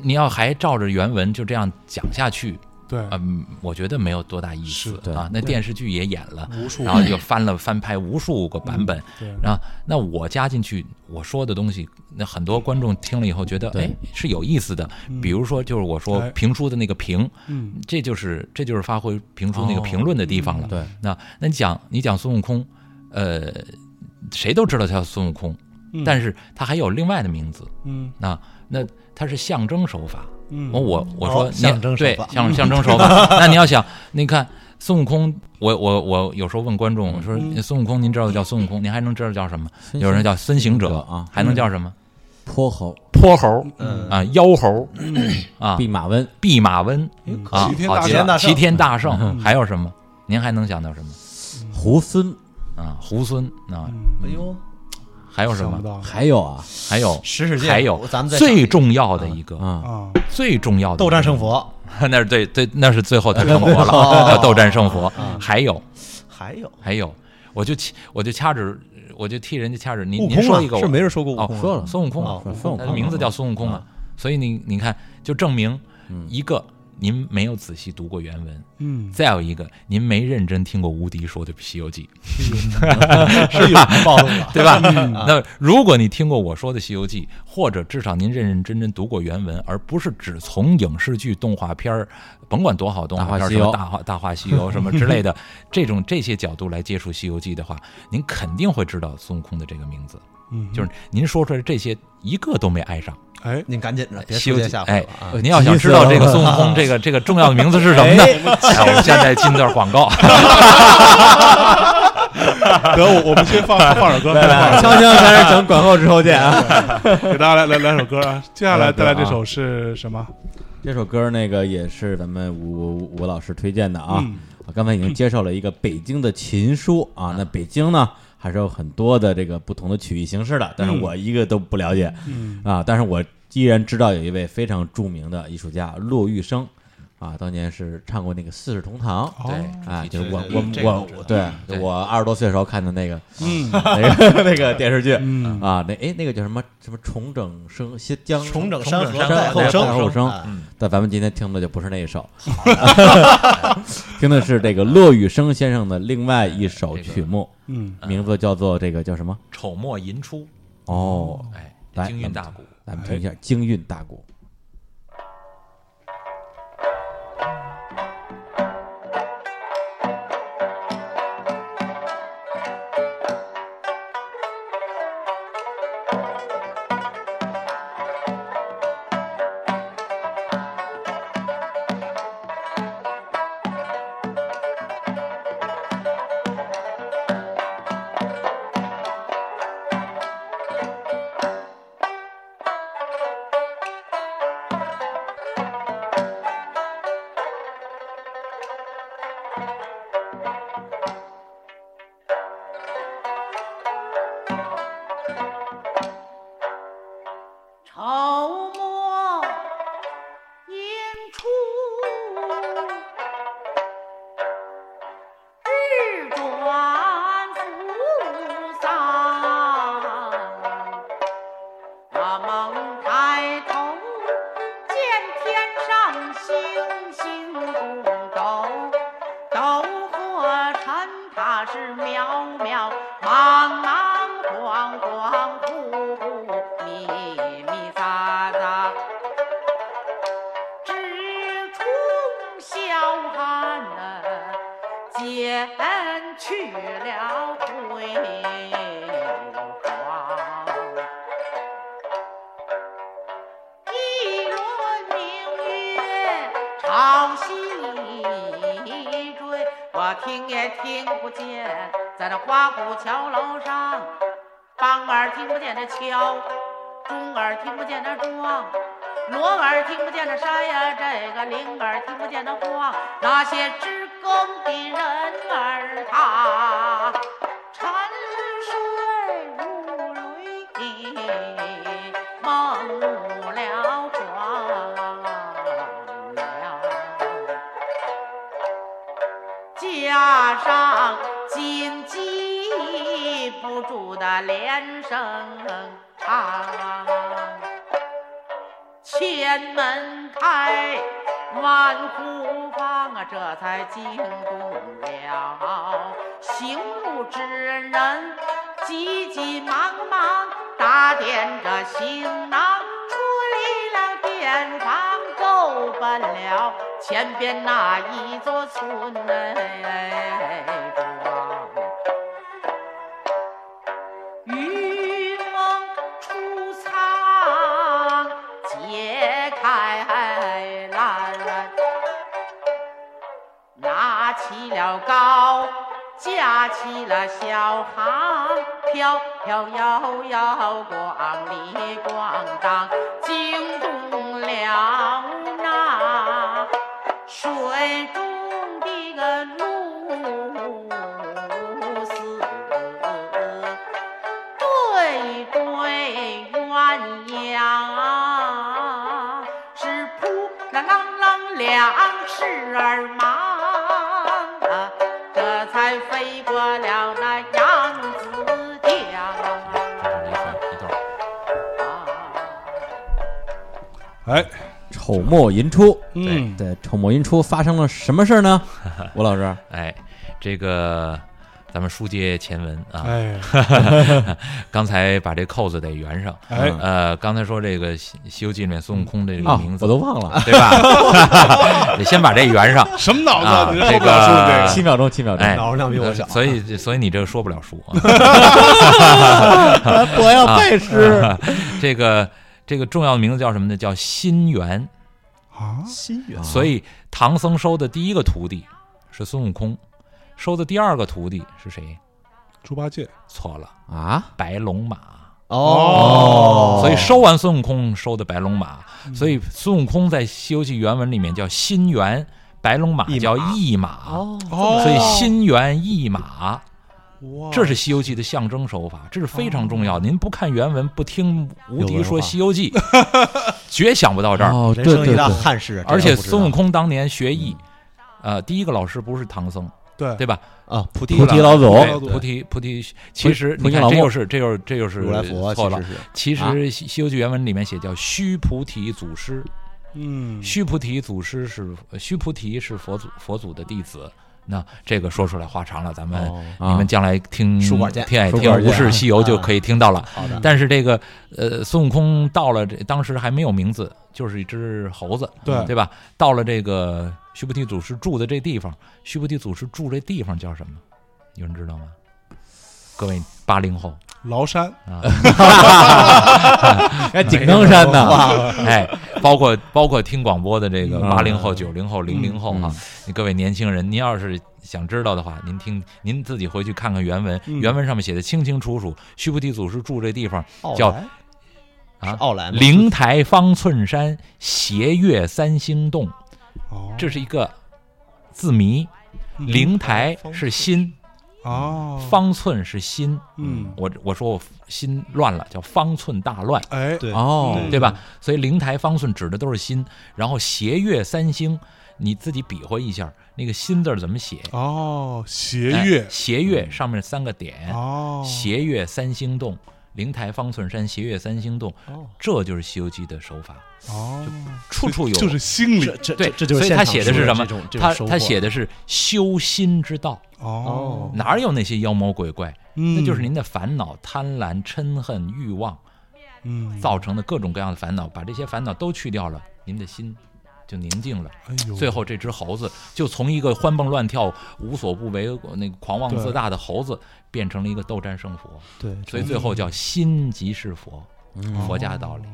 A: 你要还照着原文就这样讲下去，
C: 对，
A: 嗯，我觉得没有多大意
C: 是
A: 思
B: 对
A: 啊。那电视剧也演了，
C: 无数嗯
A: 然后就
B: 嗯
A: 翻了翻拍无数个版本，
C: 对
A: 然后那我加进去我说的东西，那很多观众听了以后觉得
B: 对嗯
A: 哎是有意思的，比如说就是我说
C: 哎
A: 评书的那个评，
C: 嗯
A: 这就是这就是发挥评书那个
B: 哦
A: 评论的地方了。
B: 对，
A: 那那你讲你讲孙悟空，呃，谁都知道他叫孙悟空，
C: 嗯
A: 但是他还有另外的名字，
C: 嗯
A: 那那他是象征手法。
C: 嗯，
A: 我我我说
D: 哦
A: 你
D: 象征手
A: 对
D: 法
A: 象象征手法。 那你要想，你看孙悟空，我我我有时候问观众，我说
C: 嗯
A: 孙悟空，您知道叫孙悟空，您还能知道叫什么？
B: 孙
A: 有人叫孙行
B: 行
A: 者
B: 者啊
A: 还能叫什么？
B: 泼猴、
A: 嗯泼猴
D: 嗯
A: 啊，妖猴啊，
B: 弼马温、
A: 弼马温
C: 嗯
A: 啊
C: 齐，天
A: 好
C: 大
A: 极
D: 圣嗯
A: 了，齐
D: 齐
A: 天大圣，还有什么？您还能想到什么？
D: 嗯
B: 猢狲，
A: 啊，猢狲啊，
D: 哎呦，
A: 还有什
C: 嗯想不
A: 么？
C: 到
B: 还有啊
A: 还有
D: 使使劲，
A: 还有
D: 咱们再
A: 最重要的一个，
B: 啊，
C: 啊，
A: 最重要的
D: 嗯斗战胜
A: 佛。
D: 佛，
A: 那是对对，那是最后他成佛了，
D: 哦嗯
A: 叫斗战胜佛。还有
D: 还有
A: 还有，我就掐我就掐指，我就替人家掐指。您
D: 悟
A: 您
D: 空
A: 说
D: 啊
A: 一个，我
D: 是没人说过悟
A: 哦
D: 空啊，
B: 说了
A: 孙悟空
D: 哦
A: 啊，
B: 孙悟
A: 他
B: 空
A: 的名字叫孙悟空
D: 嗯
A: 啊，所以你你看，就证明一个您没有仔细读过原文，
C: 嗯，
A: 再有一个您没认真听过无敌说的《西游记
D: 是 吧？暴露了》，，
A: 对吧？ 那如果你听过我说的《西游记》，或者至少您认认真真读过原文，而不是只从影视剧、动画片儿，甭管多好动画片儿，
B: 大话西
A: 什
B: 游
A: 么大话大话西游什么之类的，这种这些角度来接触《西游记》的话，您肯定会知道孙悟空的这个名字。
C: 嗯
A: 就是您说出来这些一个都没挨上。
C: 哎，
D: 您赶紧的，别
A: 西游
D: 出
A: 记
D: 现下回
A: 哎
D: 了啊，！
A: 您要想知道这个孙悟空这个这个重要的名字是什么呢？哎，我们现在进段广告。
C: 得我我们先 放放首歌，
B: 锵锵三人整广告之后见啊。
C: 给大家来来来首歌啊，接下来
B: 来
C: 带
B: 歌
C: 来这
B: 啊
C: 首是什么？
B: 这首歌那个也是咱们吴吴吴老师推荐的啊。
C: 嗯
B: 我刚才已经介绍了一个北京的琴书啊，那北京呢还是有很多的这个不同的曲艺形式的，但是我一个都不了解，
C: 嗯
B: 啊，但是我依然知道有一位非常著名的艺术家骆玉笙。啊，当年是唱过那个《四世同堂》
C: 哦
B: 啊，
A: 对
B: 就是我
D: 对对
B: 我
D: 这个我
B: 我
D: 知道
B: 我对
A: 对
B: 我二十多岁的时候看的那个
C: 嗯
B: 那个那个电视剧
C: 嗯
B: 啊，那哎那个叫什么什么重整生新疆
D: 重整山河
B: 重整山
D: 后
B: 河
D: 生
B: 再后生
D: 哎
B: 但咱们今天听的就不是那一首， 听的是这个骆羽生先生的另外一首曲目，
C: 嗯，
B: 名字叫做这个叫什么？
A: 丑末寅初，
B: 哦，
A: 哎，
B: 来
A: 京韵大鼓。
B: 咱们听一下《京韵大鼓》。
F: 愁末寅初，日转扶桑，我猛抬头见天朝夕追，我听也听不见，在那花鼓桥楼上，梆儿听不见那敲，钟儿听不见那撞，锣儿听不见那筛呀，这个铃儿听不见那晃，那些织工的人儿他沉睡入睡，梦了庄了。加上金鸡不住的连声唱，千门开，万户放啊，这才惊动了行路之人，急急忙忙打点着行囊，出离了店房。够奔了前边那一座村哎庄，渔翁出仓解开篮，拿起了篙，架起了小航，飘飘摇摇逛里逛荡，惊动了那水中的个露丝。对对鸳鸯，是扑啦啷啷两翅儿忙啊，这才飞过了那扬子江
A: 一分一段儿。
F: 啊。
C: 哎，
B: 丑末寅初，
C: 嗯，
B: 对，丑末寅初发生了什么事儿呢？吴老师，
A: 哎，这个咱们书接前文啊，
C: 哎，
A: 刚才把这扣子得圆上。
C: 哎
A: 呃，刚才说这个《西西游记》里面孙悟空这个
B: 啊
A: 名，字，
B: 我都忘了，
A: 对吧？得先把这圆上。
C: 什么脑子
A: 啊
C: 啊？你
A: 这
C: 受不了是不是
A: 个
C: 这
A: 啊
B: 七秒钟，七秒钟，
A: 哎，
D: 脑容量比我小
A: 呃所以所以你这个说不了书啊。哎
B: 我
D: 啊
B: 要拜师。
A: 这个这个重要的名字叫什么呢？叫心猿。
C: 啊？
D: 心猿
A: 所以唐僧收的第一个徒弟是孙悟空，收的第二个徒弟是谁？
C: 猪八戒，
A: 错了，
B: 啊，
A: 白龙马。
C: 哦
A: 所以收完孙悟空，收的白龙马。所以孙悟空在《西游记》原文里面叫心猿，白龙马
D: 马
A: 叫驿马。
C: 哦
A: 所以心猿意马，
C: 哇
A: 这是《西游记》的象征手法，这是非常重要。您不看原文，不听无敌说《西游记》，绝想不到这儿。
B: 哦，对
D: 人生
B: 对
D: 一大
B: 对，
D: 憾事，
A: 而且
D: 这个不知道
A: 孙悟空当年学艺，呃，第一个老师不是唐僧，
C: 对
A: 对吧？
D: 啊，菩提
B: 菩提老祖
A: 对
C: 祖
A: 菩提菩提，其实
B: 菩提
A: 你看
B: 老
A: 这
B: 母
A: 又是这又是这又是
D: 如来佛
A: 呃错
D: 其
A: 了
D: 实。是
A: 其实
B: 啊
A: 《西西游记》原文里面写叫须菩提祖师，
C: 嗯，
A: 须菩提祖师是须菩提是佛祖佛祖的弟子。那这个说出来话长了，咱们、
B: 啊
D: 哦
A: 哎你 们将来听
D: 书馆见
A: 听哎
B: 书
A: 听
B: 馆
A: 《
B: 见
A: 无事西游》就可以听到了。
D: 好的，
A: 但是这个呃，孙悟空到了这，当时还没有名字，就是一只猴子，
C: 对
A: 对吧？到了这个须菩提祖师住的这地方，须菩提祖师住这地方叫什么？有人知道吗？各位八零后
C: 崂山，
A: 啊，
B: 哎，井冈山呢？
A: 哎，包括包括听广播的这个
B: 嗯
A: 八零后、九零后、零零后啊
B: 嗯，
A: 各位年轻人，您要是想知道的话，您听您自己回去看看原文，
C: 嗯
A: 原文上面写的清清楚楚，须菩提祖师住这地方
D: 奥
A: 叫
D: 莱
A: 啊
D: 是奥莱吗
A: 灵台方寸山，斜月三星洞，
C: 哦，嗯
A: 这是一个字谜。灵台是心，
C: 哦，，
A: 方寸是心。
C: 嗯，
A: 我我说我心乱了，叫方寸大乱，
C: 哎，
D: 对嗯
B: 哦，
A: 对吧？所以灵台方寸指的都是心，然后斜月三星，你自己比划一下，那个心字儿怎么写？
C: 哦，斜
A: 哎
C: 月，
A: 斜
D: 嗯
A: 月上面三个点，
C: 哦，
A: 斜月三星洞，灵台方寸山，斜月三星洞，这就是《西游记》的手法，
C: 哦，
A: 处处有。
C: 就是心
D: 这
C: 理，
D: 这
A: 对，
D: 这这就是
A: 所以
D: 现
A: 他
D: 场
A: 写的是
D: 说
A: 什么
D: 这种？这种
A: 他
D: 收获
A: 他写的是修心之道，
C: 哦，嗯
A: 哪有那些妖魔鬼怪？
C: 那
A: 那
D: 嗯
A: 就是您的烦恼、贪婪、嗔恨、欲望
C: 嗯，
A: 造成的各种各样的烦恼，把这些烦恼都去掉了，您的心就宁静了。
C: 哎呦，
A: 最后，这只猴子就从一个欢蹦乱跳、无所不为、那个狂妄
C: 对
A: 自大的猴子，变成了一个斗战胜佛。
D: 对，嗯
A: 所以最后叫心即是佛，佛家道理。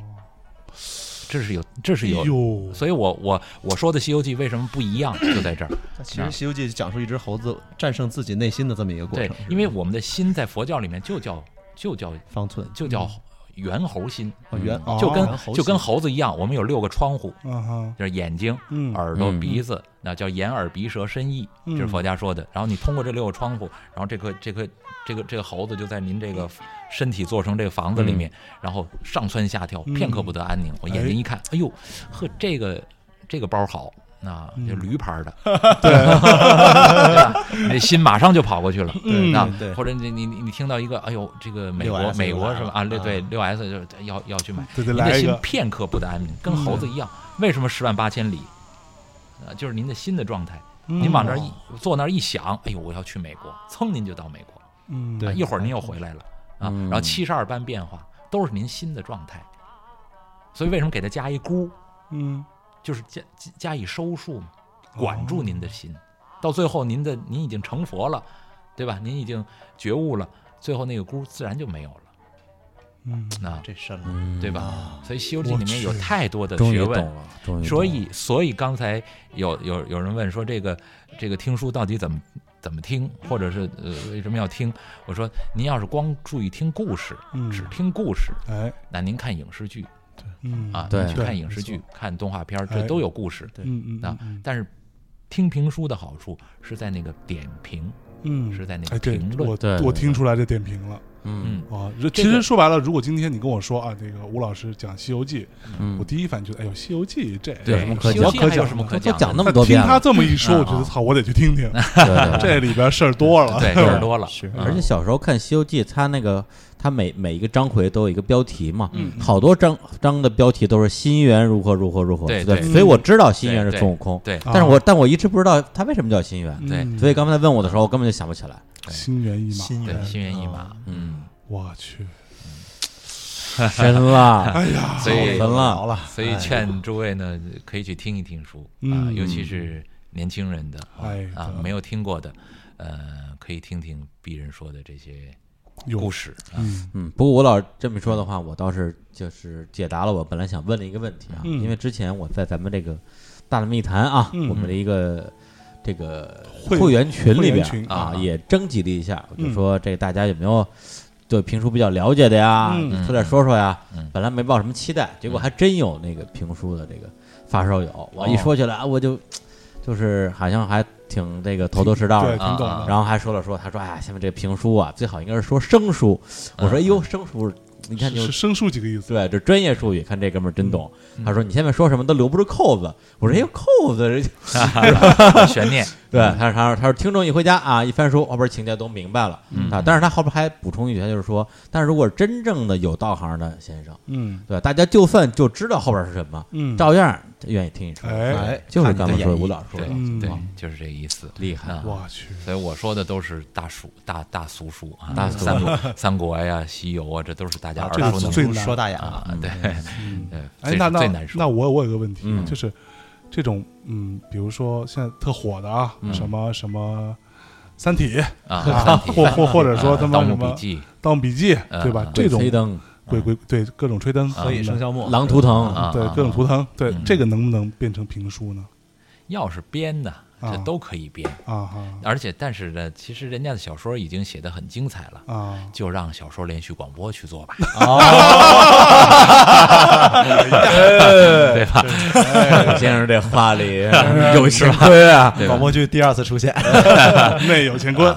A: 这是有，
D: 哎
A: 这是有。
C: 哟，
A: 所以我我我说的《西游记》为什么不一样，就在这儿。
D: 其实《西游记》讲述一只猴子战胜自己内心的这么一个过
A: 对
D: 程，，
A: 因为我们的心在佛教里面就叫就叫
D: 方寸
A: 就叫猿猴心，
D: 哦猿嗯哦
A: 就跟
D: 猿猴心
A: 就跟猴子一样，我们有六个窗户，
C: 啊哈，
A: 就是眼睛、
C: 嗯
A: 耳朵、
B: 嗯
A: 鼻子，那叫眼耳鼻舌身意，这是
C: 嗯
A: 佛家说的。然后你通过这六个窗户，然后这颗这颗这个这个猴子就在您这个身体做成这个房子里面，然后上蹿下跳，片刻不得安宁。我眼睛一看，哎呦，呵，这个这个包好。那就驴牌的，对， 你这心马上就跑过去了，
C: 嗯
A: 那
D: 对
A: 或者你你你你听到一个，哎呦，这个美国
D: 6S
A: 美国是吧？啊，
D: 就来了
A: 六对六 S 就是要要去买，
C: 这得
A: 您
C: 来
A: 的
C: 一
A: 心
C: 个，嗯
A: 片刻不得安宁，跟猴子一样。为什么十万八千里？呃，就是您的心的状态。
C: 嗯
A: 您往那儿一坐那儿一想，哎呦，我要去美国，噌您就到美国，
C: 嗯，
A: 啊一会儿您又回来了啊。
B: 嗯
A: 然后七十二般变化都是您心的状态，所以为什么给它加一箍，
C: 嗯，
A: 就是加加加以收束嘛，管住您的
C: 哦
A: 心，到最后您的您已经成佛了，对吧？您已经觉悟了，最后那个箍自然就没有了。
C: 嗯，啊
A: 那
D: 这深了。
B: 嗯
A: 对吧？所以《西游记》
C: 我
A: 里面有
C: 去
A: 太多的
B: 终于
A: 学
B: 懂
A: 问，
B: 了，终于懂了
A: 所以，所以刚才有有有人问说，这个这个听书到底怎么怎么听，或者是呃为什么要听？我说，您要是光注意听故事，
C: 嗯
A: 只听故事，
C: 哎，
A: 那您看影视剧
C: 嗯
A: 啊，
B: 对
A: 您去
C: 对
A: 看影视
C: 没
A: 剧、看动画片儿，
C: 哎
A: 这都有故事。
C: 嗯嗯
A: 啊
C: 嗯
A: 但是听评书的好处是在那个点评，
C: 嗯，
A: 是在那个
C: 哎，对
A: 评，论
C: 我
B: 对
C: 我
B: 对
C: 听出来这点评了
B: 嗯
A: 嗯，
C: 啊。这其实说白了，如果今天你跟我说啊，这个吴老师讲《西游记》，
B: 嗯
C: 我第一反应觉得，哎呦，《西游记》这
B: 对有什么可
A: 西游
B: 讲
A: 记
C: 可
A: 还有
C: 讲
A: 什么
C: 啊的
A: 可
B: 都
A: 讲的？
B: 讲那么
C: 但
B: 多
C: 听
B: 遍了
C: 他，这么一说，
A: 嗯
C: 我觉得操，我得去 听听，
B: 对 对对
C: 这里边事儿多了。
A: 啊对，事儿多了，
D: 是
A: 嗯
B: 而且小时候看《西游记》，它那个它每每一个章回都有一个标题嘛，
C: 嗯嗯
B: 好多章章的标题都是新元如何如何如何，
A: 对对
B: 所以我知道新元
A: 对
B: 是
A: 对
B: 孙悟空，
A: 对，
B: 但是我但我一直不知道他为什么叫新元，
A: 对
C: 嗯
B: 所以刚才问我的时候，我根本就想不起来。
C: 心猿意马，哎
D: 心
A: 对，
D: 猿
A: 心猿意马，嗯，
C: 我去，
B: 深 了，
C: 哎呀，
A: 所以
B: 深了，
D: 好了，
A: 所以劝诸位呢，可以去听一听书啊，
C: 嗯
A: 尤其是年轻人的啊
C: 哎
A: 啊
C: 对，
A: 没有听过的，呃，可以听听鄙人说的这些
C: 有
A: 故 事啊。
C: 嗯
B: 嗯，不过吴老师这么一说的话，我倒是就是解答了我本来想问的一个问题啊，
C: 嗯
B: 因为之前我在咱们这个《大内密谈》啊，
C: 嗯
B: 我们的一个这个
C: 会
B: 会员群里
C: 会员
B: 边
C: 群
B: 啊
A: 啊，
B: 也征集了一下，我就
C: 嗯
B: 说这个大家有没有对评书比较了解的呀
C: 嗯，
B: 出来说说呀
A: 嗯。
B: 本来没抱什么期待，结果还真有那个评书的这个发烧友，我
C: 哦
B: 一说起来啊，我就就是好像还挺这个头头是道的
C: 对，。挺懂
A: 啊
C: 的。
B: 然后还说了说，他说：“哎呀，下面这评书啊，最好应该是说生疏。”我说：“哎呦，生疏，你看
C: 是
B: 就是
C: 生疏几个意思？
B: 对，这专业术语，看这哥们儿真懂。他说：“你前面说什么都留不住扣子。”我说：“哎呦，扣子，这就
A: 啊悬念，
B: 对。”他说：“他说他说听众一回家啊，一翻书，后边情节都明白了、
A: 嗯
B: 啊。”但是他后边还补充一句，他就是说：“但是如果真正的有道行的先生，
C: 嗯
B: 对大家就算就知道后边是什么，
C: 嗯，
B: 照样愿意听你说。
C: 哎，
D: 哎，
B: 就是
D: 看你的
B: 刚才
D: 演
B: 说的
D: 绎
B: 吴老师说
A: 对
B: 的，
C: 嗯
A: 对
C: 好，
A: 就是这意思。
B: 厉害
A: 啊
C: 我去，
A: 所以我说的都是大俗大大俗书啊，
B: 大俗
A: 三国三国呀、西游啊，这都是大家
D: 啊
A: 耳
C: 这个
A: 熟能
C: 最
A: 详
D: 俗
C: 难
D: 说大雅了，
A: 啊。对， 对，
C: 哎，
A: 最
C: 那那
A: 最难
C: 那
A: 说。
C: 我我有个问题
B: 嗯，
C: 就是这种嗯，比如说现在特火的啊，什么什么《三体》
A: 嗯啊，
C: 啊，
A: 三 体
C: 或或或者说
A: 啊
C: 他
A: 盗
C: 妈什
A: 墓
C: 么
A: 笔
C: 《
A: 记
C: 盗墓笔记》，对吧
A: 啊？
C: 这种
B: 黑灯、
C: 鬼鬼对各种吹灯，
D: 何啊以笙箫默，
B: 狼图腾，
A: 啊，
C: 对
A: 啊
C: 各种图腾，对
A: 嗯
C: 这个能不能变成评书呢？
A: 要是编的，这
C: 啊
A: 都可以编。
C: 啊哈
A: 而且，但是呢，其实人家的小说已经写得很精彩了，
C: 啊，
A: 就让小说连续广播去做吧， 对吧？
B: 我哎先生这话里有乾坤啊，
D: 广播剧第二次出现，
C: 内有乾坤，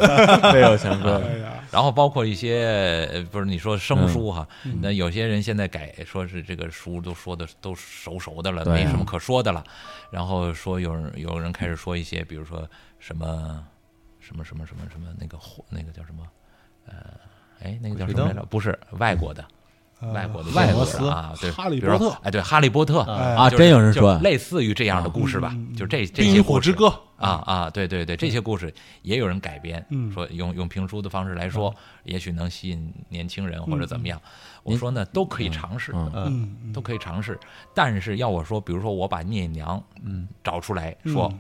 B: 对，有乾坤。
C: 哎呀，
A: 然后包括一些呃不是你说生疏哈，那有些人现在改说是这个书都说的都熟熟的了，
B: 对啊
A: 没什么可说的了。然后说有人有人开始说一些，比如说什么什么什么什么什么那个火那个叫什么呃哎那个叫什么来着？不是外国的。
C: 呃
A: 外国的
D: 外
A: 国
D: 国
A: 的
D: 斯
A: 啊，对，
C: 哈利
A: 比如说
C: 波特
A: 哎，对，哈利波特
B: 啊
A: 就是
B: 真有人说
A: 就是类似于这样的故事吧，
C: 嗯
A: 就这这
C: 冰
A: 些
C: 与
A: 故
C: 火
A: 事
C: 之歌
A: 啊啊，对对对，这些故事也有人改编，
C: 嗯
A: 说用用评书的方式来说，也许能吸引年轻人或者怎么样。我说呢，都可以尝试，
B: 嗯
C: 嗯嗯
A: 都可以尝试，但是要我说，比如说我把聂隐娘嗯找出来说
C: 嗯，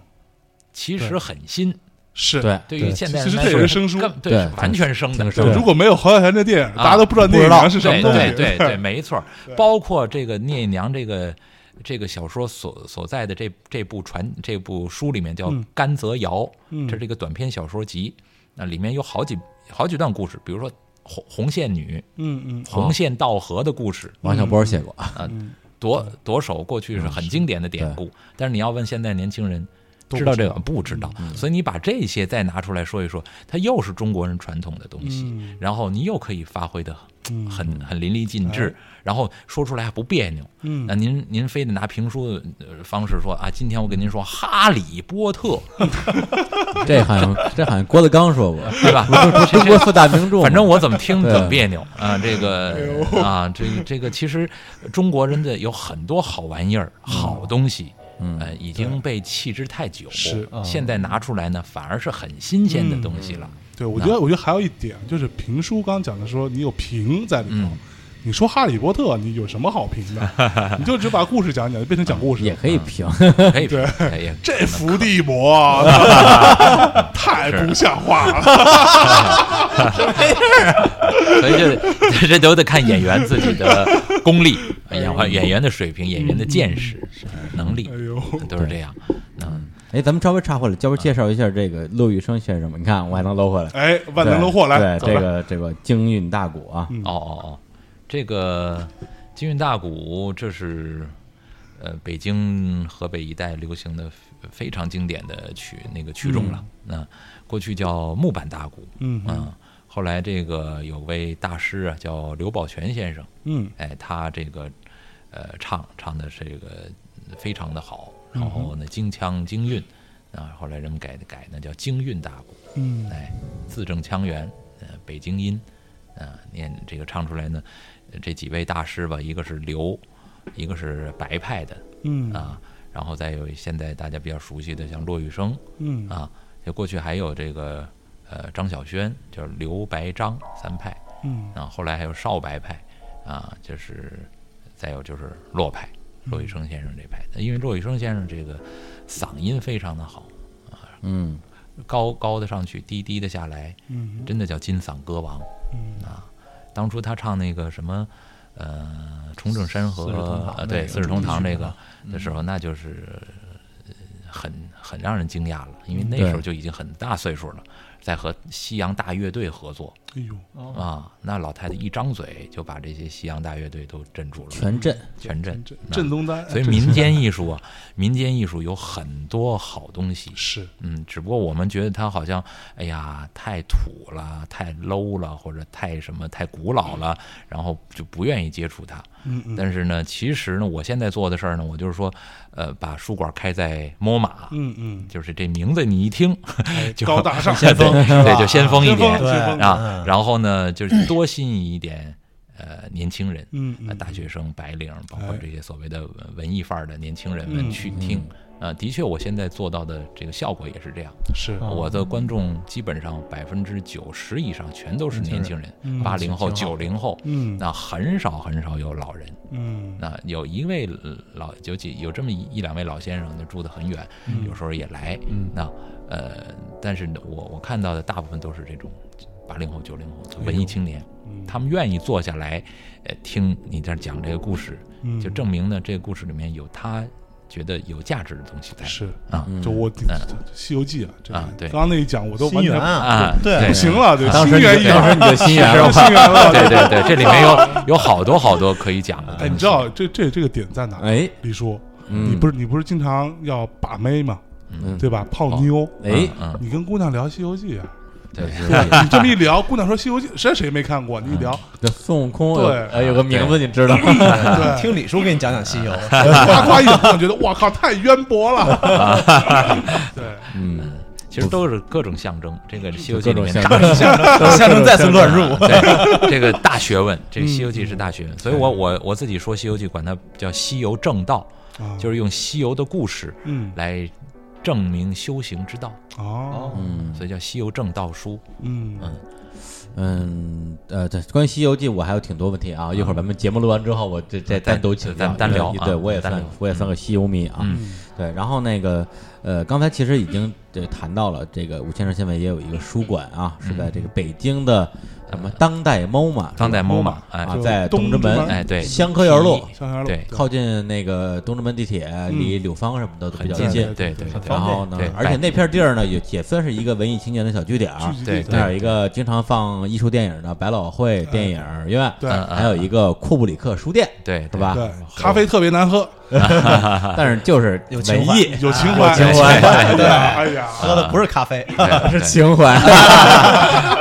A: 其实很新，
C: 是
B: 对
A: 对于现代人
C: 其实
A: 来
C: 这也
A: 说
C: 是生疏
A: 根对
B: 对
A: 是完全生的，
B: 挺生的
C: 如果没有侯孝贤这电影，
A: 啊
C: 大家都不知道那个
A: 对
C: 是什么东西。
A: 对对对，没错儿。包括这个聂隐娘这个这个小说所所在的这这部传这部书里面叫
C: 嗯
A: 《甘泽谣》，
C: 嗯
A: 这是一个短篇小说集，那里面有好几好几段故事，比如说红红线女、
C: 嗯嗯
A: 红线盗河的故事，
C: 哦
B: 王小波写 过，
A: 夺
C: 嗯
A: 夺手过去是很经典的典故，但是你要问现在年轻人
C: 不嗯
A: 知道这个不知道，所以你把这些再拿出来说一说，它又是中国人传统的东西，
C: 嗯
A: 然后你又可以发挥的
C: 嗯哎
A: 很很淋漓尽致，然后说出来还不别扭。那
C: 嗯，
A: 您您非得拿评书的呃方式说啊，今天我跟您说《哈利波特》，
B: 这好像这好像郭德纲说过，
C: 嗯
A: 对吧？
B: 中国四大名著嘛，
A: 反正我怎么听
B: 对
A: 怎么别扭啊！这
C: 哎
A: 个啊，这个这个，其实中国人的有很多好玩意儿、好东西，
B: 嗯
A: 呃，已经被弃之太久，
C: 是嗯
A: 现在拿出来呢，反而是很新鲜的东西了。
C: 对，我觉得我觉得还有一点就是评书刚刚讲的说你有评在里头
A: 嗯。
C: 你说《哈利波特》，你有什么好评的？ 你就只把故事讲讲，就变成讲故
A: 嗯
C: 事了。
B: 也可以评，
A: 可以，哎可以，
C: 这伏地 魔太不像话了。
A: 所以这这都得看演员自己的功力、演员演员的水平、演员的见识、能力
C: 哎，呦，
A: 都是这样。嗯。
B: 哎，咱们稍微岔回来，稍微介绍一下这个陆羽生先生吧。你看，我还能搂回来，
C: 哎，万能的货来，
B: 对
C: 走
B: 这
C: 吧嗯
B: 个这个京韵大鼓啊，
A: 哦哦哦，这个京韵大鼓，这是呃北京、河北一带流行的非常经典的曲那个曲种了。那、过去叫木板大鼓，
C: 嗯
A: 啊、后来这个有位大师啊，叫刘宝全先生，
C: 嗯
A: 哎，他这个呃唱唱的这个非常的好，然后呢京腔京韵啊，后来人们改改呢叫京韵大鼓。
C: 嗯
A: 哎，字正腔圆，呃，北京音，呃，念这个唱出来呢，呃这几位大师吧，一个是刘，一个是白派的
C: 嗯
A: 啊，然后再有现在大家比较熟悉的像骆玉笙
C: 嗯
A: 啊，就过去还有这个呃张小轩，就是刘白张三派，
C: 嗯
A: 啊，后来还有少白派，啊，就是再有就是洛派，骆玉笙先生这派，因为骆玉笙先生这个嗓音非常的好，
B: 嗯，
A: 高高的上去，低低的下来，
C: 嗯
A: 真的叫金嗓歌王
C: 嗯
A: 啊！当初他唱那个什么，呃，重整山河，
D: 四世同堂
A: 呃
D: 那
A: 对，
D: 个
A: 四世同堂
D: 主题
A: 这
D: 曲
A: 个
D: 嘛
A: 的时候，那就是嗯呃很很让人惊讶了，因为那
B: 对
A: 时候就已经很大岁数了，在和西洋大乐队合作
C: 哎呦，
A: 啊，那老太太一张嘴就把这些西洋大乐队都镇住了，
B: 全镇
A: 全镇。
C: 这
A: 那
C: 郑东丹，
A: 所以
C: 这
A: 民间艺术啊，民间艺术有很多好东西，
C: 是
A: 嗯，只不过我们觉得它好像，哎呀，太土了，太 low 了，或者太什么太古老了，然后就不愿意接触它。
C: 嗯嗯
A: 但是呢，其实呢，我现在做的事儿呢，我就是说，呃，把书馆开在 MoMA，
C: 嗯 嗯，哎
A: 就是这名字你一听就
C: 高大上，
A: 先锋，对，就先锋一
C: 先锋
A: 点
C: 先锋嗯
A: 啊。然后呢，就是多吸引一点呃年轻人，
C: 嗯
A: 呃
C: 嗯
A: 大学生、白领，包括
C: 哎
A: 这些所谓的文文艺范儿的年轻人们
C: 嗯
A: 去听。呃，的确，我现在做到的这个效果也是这样。
C: 是
A: 我的观众基本上百分之九十以上全都是年轻人，八零后、九零后，
C: 嗯
A: 那很少很少有老人。
C: 嗯
A: 那有一位呃老有几有这么一一两位老先生，就住得很远，有时候也来。那呃，但是呢我我看到的大部分都是这种八零后、九零后的文艺青年，
C: 嗯
A: 他们愿意坐下来，呃，听你这儿讲这个故事，
C: 嗯
A: 就证明呢，这个故事里面有他觉得有价值的东西在
C: 是嗯
A: 啊
C: 就我《西游记》啊，这个
A: 啊对
C: 刚刚那一讲我都完
D: 心
C: 全
D: 猿啊，
A: 啊，
D: 对
C: 不行了，对，
B: 当
C: 心
B: 时你
C: 猿
B: 就
C: 意
B: 当时
C: 马
B: 你，就心
C: 是
B: 猿 了，
C: 心 猿了，
A: 对对对，这里面有有好多好多可以讲的。
C: 哎，你知？道这这这个点在哪？
B: 哎，
C: 李叔，
B: 嗯
C: 你不是你不是经常要把妹吗？
A: 嗯
C: 对吧？泡妞，
B: 哎，
A: 嗯，
C: 你跟姑娘聊《西游记》啊，
A: 对，
C: 你这么一聊，姑娘说《西游记》，谁谁没看过？你一聊，
B: 这孙悟空有
C: 对
B: 呃有个名字你知道吗？
C: 对，
D: 听李叔给你讲讲西 游，
C: 夸夸一眼，姑娘觉得哇靠，太渊博了。对，
B: 嗯，
A: 其实都是各种象征。这个《西游记
B: 各》
A: 里
B: 种
A: 面
B: 象
A: 大
B: 征，
D: 象征再次乱入。
A: 对这个大学问，这个《西游记》是大学问，所以我我我自己说《西游记》管它叫西游正道，
C: 啊
A: 就是用西游的故事
C: 嗯，
A: 来证明修行之道，
C: 哦，
B: 嗯
A: 所以叫《西游正道书
C: 嗯
B: 嗯呃，对，关于《西游记》我还有挺多问题啊，一会儿咱们节目录完之后，我这再单独请
A: 嗯咱
B: 教
A: 单聊啊
B: 对，我也
A: 单
B: 算
A: 聊
B: 我也算个西游迷啊。
A: 嗯
B: 对，然后那个呃，刚才其实已经这谈到了这个吴先生现在也有一个书馆啊，是在这个北京的什么当代 MOMA
A: 嗯当代 MOMA，
B: 啊
A: 哎
C: 就，
B: 在
C: 东
B: 东直
C: 直门
B: 门
A: 哎对
B: 香河园路
C: 上下路
A: 对
B: 靠近那个东直门地铁，离柳芳什么的都比较
A: 嗯很
C: 近
B: 近。
A: 对对
C: 很
A: 对
B: 然后呢
A: 对，
B: 而且那片地儿呢，也也算是一个文艺青年的小据点儿
C: 聚集
A: 对
C: 地
B: 那
A: 对
B: 儿有一个经常放艺术电影的百老汇电影院，
C: 对
A: 嗯
B: 还有一个库布里克书店，
A: 对对
B: 是吧？
C: 对，咖啡特别难喝，
A: 啊
B: 但是就是
D: 有情
B: 文
D: 怀
B: 艺，
C: 有情怀，
B: 情
C: 哎
B: 怀
C: 呀 对啊，哎呀，
D: 喝的不是咖啡，
A: 啊 对，对
B: 情怀。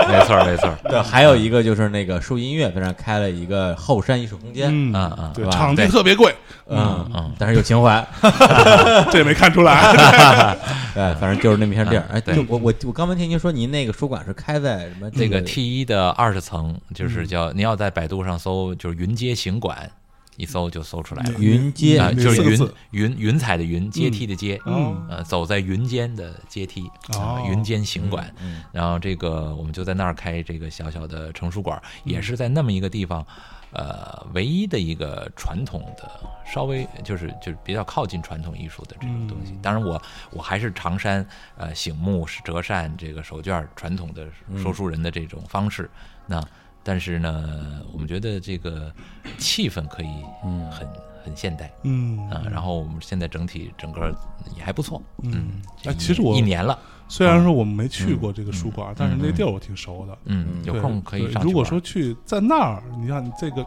A: 没错没错，
B: 对，还有一个就是那个树音乐在那儿开了一个后山艺术空间，
C: 嗯
A: 嗯嗯
C: 对，
B: 吧
C: 场地
A: 对
C: 特别 贵，
B: 嗯
A: 嗯，
B: 但是有情怀，
C: 这也没看出
A: 啊
C: 来，
B: 对，哎反正就是那么一片地儿。哎，
A: 对
B: 就我我我刚才听您说您那个书馆是开在什么嗯
A: 那个
B: 这
A: T 一的二十层，就是叫你要在百度上搜，就是云街行馆，一搜就搜出来了。
B: 云街
A: 啊，
C: 嗯
A: 就是
C: 四个
A: 云
C: 字
A: 云云彩的云，阶梯的阶，
B: 哦
C: 嗯
A: 呃，走在云间的阶梯，啊
C: 哦
A: 云间行馆
B: 嗯嗯。
A: 然后这个我们就在那儿开这个小小的成书馆，
B: 嗯
A: 也是在那么一个地方，呃，唯一的一个传统的，稍微就是就是比较靠近传统艺术的这种东西。
B: 嗯
A: 当然我，我还是常山呃醒目是折扇这个手绢儿传统的
B: 嗯
A: 说书人的这种方式。那但是呢，我们觉得这个气氛可以
B: 嗯
A: 很很现代。
C: 嗯
A: 啊，然后我们现在整体整个也还不错，
C: 嗯，
A: 这
C: 哎，
A: 一
C: 其实我
A: 一年嗯了，
C: 虽然说我们没去过这个书馆，啊但是那地儿我挺熟的。
A: 嗯，有
C: 对
A: 空可以
C: 对
A: 上去
C: 如果
A: 玩
C: 说去在那儿，你看你这个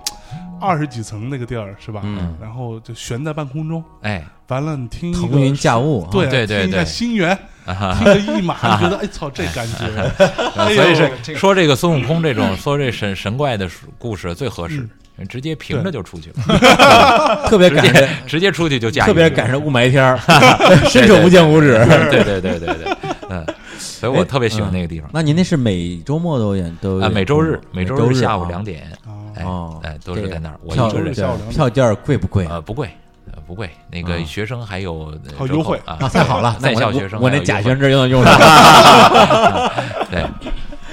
C: 二十几层那个地儿是吧？
B: 嗯
C: 然后就悬在半空中，
A: 哎，
C: 完了你听一个
B: 腾云驾雾啊，
C: 对
A: 对对
C: 听一下
A: 对啊
C: 星源， 听个一马，你觉得哎操这感觉，哎
A: 呃所以
C: 呦，
A: 是说这个孙悟空这种说这神神怪的故事最合
B: 嗯
A: 适，直接平着就出去了，
B: 特别
A: 直
B: 赶
A: 接
B: 上
A: 直接出去就驾驭，
B: 特别赶上雾霾天儿， 伸手不见五指。
A: 对，对对对对对，嗯，所以我特别喜欢那个地方
B: 哎嗯那您那是每周末都演都有
A: 啊，每周日每周
B: 周日
A: 下午
B: 啊
A: 两点，哎
B: 哦
A: 哎，都
B: 这
A: 是
B: 个
A: 在那儿，我
B: 票
A: 一周日
C: 下午
B: 对
C: 两
B: 票价儿贵不啊贵
A: 呃不贵。呃不贵，那个
B: 嗯
A: 学生还有呃
C: 好
A: 折
C: 优
A: 扣
C: 惠
A: 啊
B: 啊，！太好了，那
A: 在
B: 我
A: 校学生
B: 我
A: 还
B: 那
A: 有
B: 假
A: 优
B: 学
A: 惠
B: 生证又能用上了。
A: 对，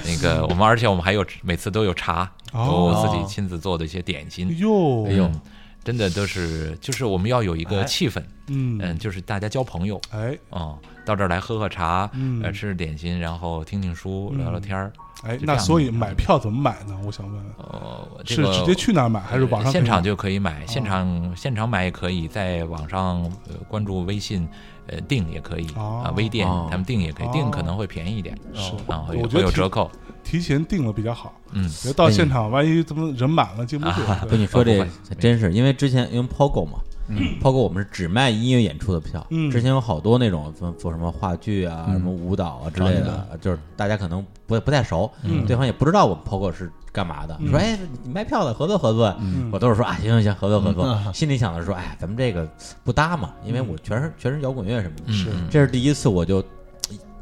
A: 那个 我们而且我们还有每次都有茶，有
C: 哦
A: 自己亲自做的一些点心
C: 哎。呦，哎
A: 哎呦，真的都是，就是我们要有一个气氛，嗯，
C: 嗯，
A: 就是大家交朋友，
C: 哎
A: 嗯，到这儿来喝喝茶，
C: 嗯
A: 呃，吃吃点心，然后听听书，聊聊天儿。
C: 哎
A: 就，这
C: 那
A: 样嗯
C: 所以买票怎么买呢？我想问问，
A: 呃，这
C: 是
A: 个呃
C: 直接去那儿买，还是网上
A: 现
C: 可以买哦
A: 场就可以买，现场现场买也可以，在网上呃关注微信，呃订也可以
C: 哦
A: 啊，微店
B: 哦
A: 他们订也可以，订可能会便宜一点，
C: 是
A: 啊，会
C: 我
A: 有
C: 觉得
A: 会有
C: 挺
A: 折扣，
C: 提前订了比较好，
A: 嗯，
C: 别到
B: 哎
C: 现场万一怎么人满了进不去。
B: 跟
C: 对
B: 你说这
A: 啊不会
B: 还真是，因为之前因为 POGO 嘛、p o g o 我们是只卖音乐演出的票。
C: 嗯
B: 之前有好多那种做做什么话剧啊、什么舞蹈啊之类的，就是大家可能不不太熟，对方也不知道我们 POGO 是干嘛的。说哎，你卖票的合作合作，我都是说啊，行行行，合作合作。心里想的是说，哎，咱们这个不搭嘛，因为我全是全是摇滚乐什么的。
A: 是
B: 这是第一次，我就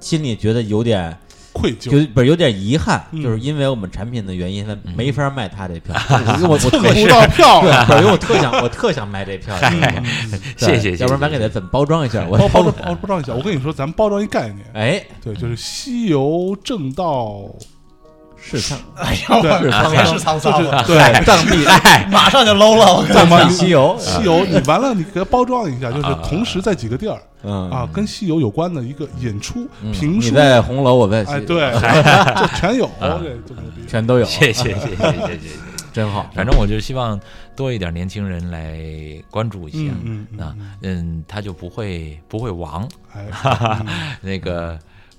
B: 心里觉得有点。
C: 愧
B: 就
C: 疚，
B: 不是有点遗憾，
C: 嗯
B: 就是因为我们产品的原因，它
A: 嗯
B: 没法卖他 这票。我我我
C: 蹭
B: 特
C: 不到票
B: 对
C: 了，，
B: 本来我特想，我特想卖这票，对
A: 啊 谢谢谢谢
B: 要不然咱给它怎么包装一下？我
C: 包包装包装一下。我跟你说，咱们包装一概念，
B: 哎，
C: 对，就是西游正道，
B: 是唱
C: 对，
D: 还是沧 桑了，
B: 对藏必哎，
D: 马上就 low 了，我
C: 藏
B: 藏
C: 马
B: 必啊西游，
C: 西游，你完了，你给它包装一下，就是同时在几个地儿
B: 嗯
C: 啊，跟西游有关的一个演出、
B: 嗯
C: 评
B: 你
C: 书，
B: 在红楼，我在西
C: 哎，对，这全有，这这牛逼，
B: 全都 有，
A: 谢谢谢谢谢谢谢谢。
B: 真好。
A: 反正我就希望多一点年轻人来关注一下，
C: 嗯嗯
A: 啊，嗯，他就不会不会亡。
C: 哎，
A: 那个，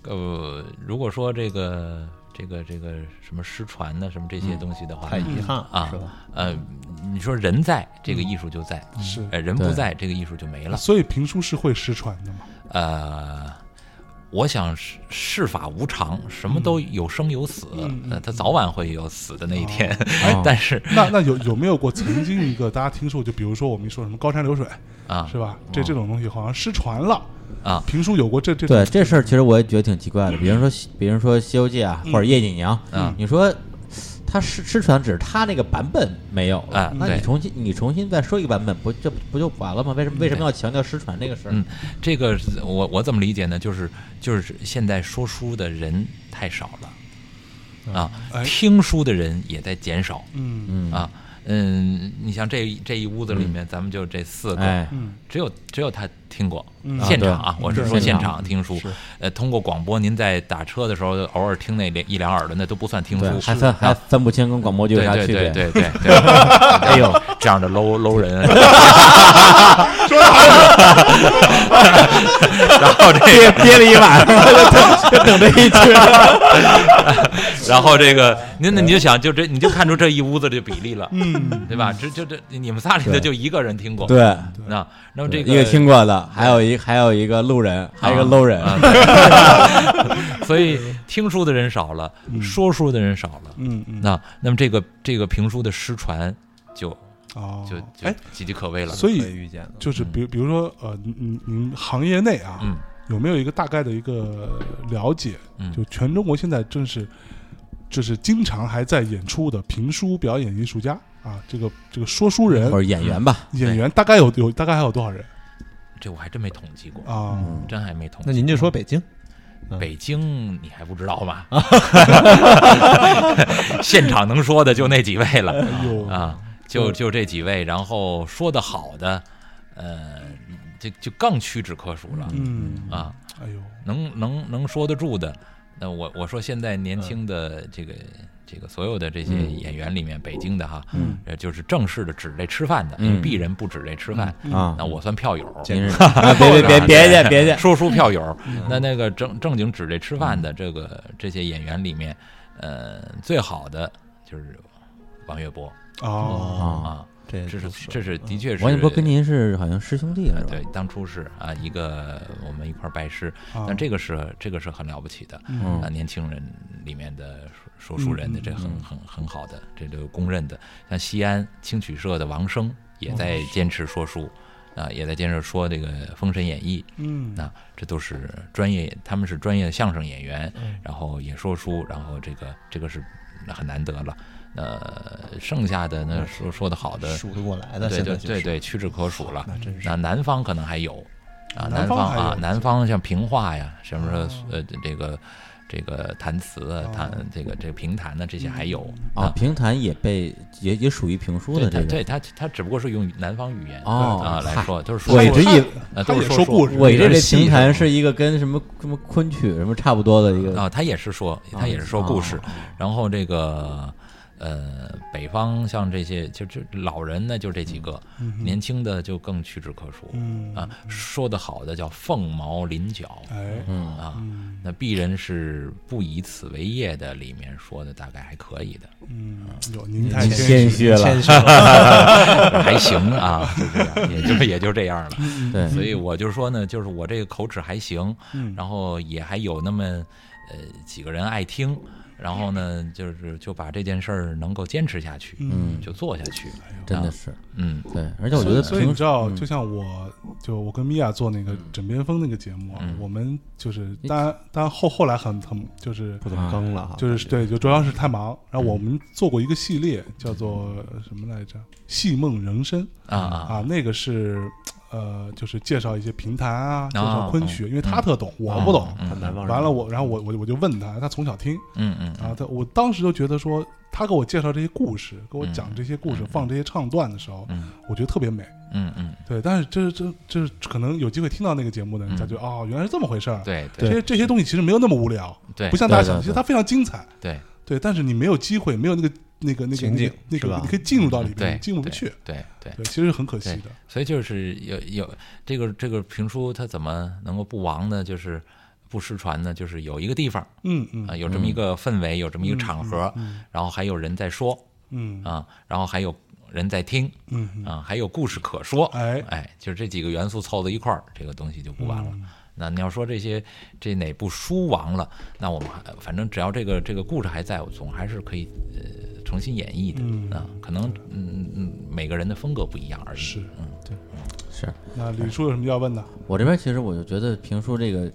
A: 呃，如果说这个这个这个什么失传呢，什么这些东西的
C: 嗯
A: 话，
D: 太遗憾了，
A: 啊
D: 是吧？，
A: 呃，你说人在，这个艺术就在；
C: 嗯是
A: 呃，人不
B: 对
A: 在，这个艺术就没了。
C: 嗯所以评书是会失传的嘛？
A: 呃，我想世世法无常，什么
C: 嗯
A: 都有生有死，呃，他早晚会有死的那一天。
C: 哦
A: 但是
C: 那那有有没有过曾经一个大家听说，就比如说我们一说什么高山流水，
A: 啊，
C: 是吧？这这种东西好像失传了
A: 啊
C: 评书有过 这这
B: 对这事儿，其实我也觉得挺奇怪的。比如说西，比如说《西游记》啊，
A: 嗯
B: 或者《叶锦娘》，你说它失失传，只是它那个版本没有了
A: 啊
B: 那
A: 对
B: 你重新你重新再说一个版本，不这不就完了吗？为什么为什么要强调失传这个事儿？
A: 嗯，这个是我我怎么理解呢？就是就是现在说书的人太少了，啊
C: 哎，
A: 听书的人也在减少，
C: 嗯
B: 嗯
A: 啊，嗯，你像这一这一屋子里面，咱们就这四个，
B: 哎，
C: 嗯，
A: 只有只有他听过
C: 嗯，
A: 现场
B: 啊
A: 啊，
B: 对
A: 我是
C: 对
A: 说
B: 现
A: 现
B: 场
A: 场听书
C: 是，
A: 呃，通过广播，您在打车的时候偶尔听那两一两耳的，那都不算听
B: 对，
A: 书，
B: 还分还分不清跟广播剧有
A: 对
B: 啥
A: 对
B: 区别
A: 嗯对？对对对， 哎
B: 呦，
A: 这样的 low low 人，啊
C: 说的好，
A: 然后这
B: 憋憋了一晚上，就等这 一句。
A: 然后这个您 那你就想就这你就看出这一屋子的比例了，
C: 嗯，
A: 对吧？这就这你们仨里头
B: 对
A: 就一个人听过，，
B: 对，
A: 那那么这
B: 一个听过的，还有一还有一个路人，还有一个 low 人，
A: 啊对所以听书的人少了，说书的人少了，
C: 嗯嗯，
A: 那那么这个这个评书的失传就
C: 哦，
A: 就就
C: 哎，
A: 岌岌可危了。
C: 所
D: 可以
C: 以
D: 预见的。
C: 就是比如比如说呃，您您您行业内啊，
A: 嗯
C: 有没有一个大概的一个了解？
A: 嗯
C: 就全中国现在正是就是经常还在演出的评书表演艺术家啊，这个这个说书人
B: 或者演员吧，
C: 演员大概有有大概还有多少人
A: 这我还真没统计过，
C: 啊？
A: 真还没统
D: 那
A: 计。
D: 您就说北京，
A: 北京你还不知道吗？ 现场能说的就那几位了
C: 哎
B: 嗯
C: 呦，
A: 啊，就就这几位，然后说的好的，呃，就就更屈指可数了
C: 嗯，
A: 啊。
C: 哎呦，
A: 能能能说得住的，那我我说现在
B: 嗯
A: 年轻的这个、这个所有的这些演员里面，北京的哈，
B: 嗯
A: 呃，就是正式的指这吃饭的，
B: 嗯
A: 因为鄙人不指这吃饭，
B: 啊
A: 嗯那，我算票友。
B: 您是啊别别别别去别去，嗯
A: 说书票友，那那个正正经指这吃饭的这个这些演员里面，呃，最好的就是王月波
C: 哦，
B: 啊。
A: 啊，
D: 这
A: 这是
D: 都是
A: 这是的确是
B: 嗯王一博跟您是好像师兄弟
A: 呃
B: 是吧？
A: 对，当初是啊，一个我们一块儿拜师，
B: 哦
C: 啊
A: 嗯但这个是这个是很了不起的，
B: 嗯
A: 啊，年轻人里面的说说书人的这很很很好的，这都公认的。像西安青曲社的王生也
B: 哦
A: 在坚持说书，啊，也在坚持说这个《封神演义》，
C: 嗯
A: 那这都是专业，他们是专业的相声演员，
B: 嗯
A: 然后也说书，然后这个这个是很难得了。呃，剩下的
B: 嗯
A: 呢，说说的好的，
D: 数得过来的，
A: 对
D: 现
A: 对
D: 在就是
A: 对对，屈指可数了。
D: 那真是
A: 那南方可能还有啊，
C: 南
A: 南
C: 方
A: 方
C: 还有哦
A: 啊，南方像平话呀，什么说呃这个这个弹词啊，弹这个这个评弹呢，这些还有
C: 嗯
B: 啊，
A: 啊。
B: 评弹也被也也属于评书
A: 对
B: 的
A: 它
B: 这
A: 对
B: 个。
A: 它它只不过是用南方语言
B: 哦
A: 啊来
B: 嗨
A: 说，都是说
B: 我一直以
A: 呃
C: 他
A: 都
C: 也
A: 是
C: 说故
A: 说
C: 事，
B: 我以为这
D: 戏
B: 评
D: 是
B: 弹
D: 吗
B: 是一个跟什么什么昆曲什么差不多的一个
A: 啊，他也是说他也是
B: 哦
A: 说故事，然后这个。呃，北方像这些，就就老人呢，就这几个，年轻的就更屈指可数。
C: 嗯
A: 啊，说的好的叫凤毛麟角
C: 哎，
A: 啊。那鄙人是不以此为业的，里面说的大概还可以 的，
C: 嗯，哟，您太
B: 谦
C: 谦
B: 谦
C: 虚
B: 虚了。
A: 还行啊，就这样，也就也就这样了。
B: 对，
A: 所以我就说呢，就是我这个口齿还行，
C: 嗯
A: 然后也还有那么呃几个人爱听，然后呢，就是就把这件事儿能够坚持下去，
C: 嗯
A: 就做下去，
B: 真的
A: 啊，
B: 是
A: 嗯
B: 对，而且我觉
C: 所以
B: 得
C: 所以你
B: 评
C: 知道，就像我，就我跟米娅做那个枕边风那个节目啊，我们就是，当然，当然后后来很很就是
D: 不怎么更了哈，
C: 就是对，就主要是太忙。然后我们做过一个系列，叫做什么来着？《戏梦人生》
A: 啊啊，
C: 啊，那个是呃，就是介绍一些评弹啊，介绍
A: 啊
C: 昆曲，因为他特懂，我不懂。
A: 嗯
D: 很难忘。
C: 完了，我然后我我就我就问他，他从小听，
A: 嗯嗯
C: 啊，他我当时就觉得说，他给我介绍这些故事，给我讲这些故事，放这些唱段的时候，
A: 嗯
C: 我觉得特别美。
A: 嗯嗯，
C: 对，但是这这这可能有机会听到那个节目的人，他就哦，原来是这么回事儿。，
A: 嗯对
C: 这些这些东西其实没有那么无聊，
A: 对
C: 不像大家想
B: 对
C: 的，
B: 对
C: 其实它非常精彩。
A: 对
C: 对，但是你没有机会，没有那个那个那个
D: 情景
C: 那
D: 是
C: 个那
D: 吧
C: 个，你可以进入到里面，
A: 对，
C: 你进入不去。
A: 对对。
C: 对，其实很可惜
A: 对
C: 的。
A: 所以就是有有这个这个评书，它怎么能够不亡呢？就是不失传呢？就是有一个地方
C: 嗯嗯
A: 啊、有这么一个氛围，有这么一个场合，然后还有人在说
C: 嗯
A: 啊、然后还有人在听
C: 嗯
A: 啊、还有故事可说。
C: 哎
A: 就是这几个元素凑到一块儿，这个东西就不完了。
C: 嗯
A: 那你要说这些这哪部书亡了，那我们还反正只要这个这个故事还在，我总还是可以呃重新演绎的啊、可能嗯嗯每个人的风格不一样而已。
C: 是。
B: 是
C: 那李叔有什么要问的？
B: 我这边其实我就觉得评书这个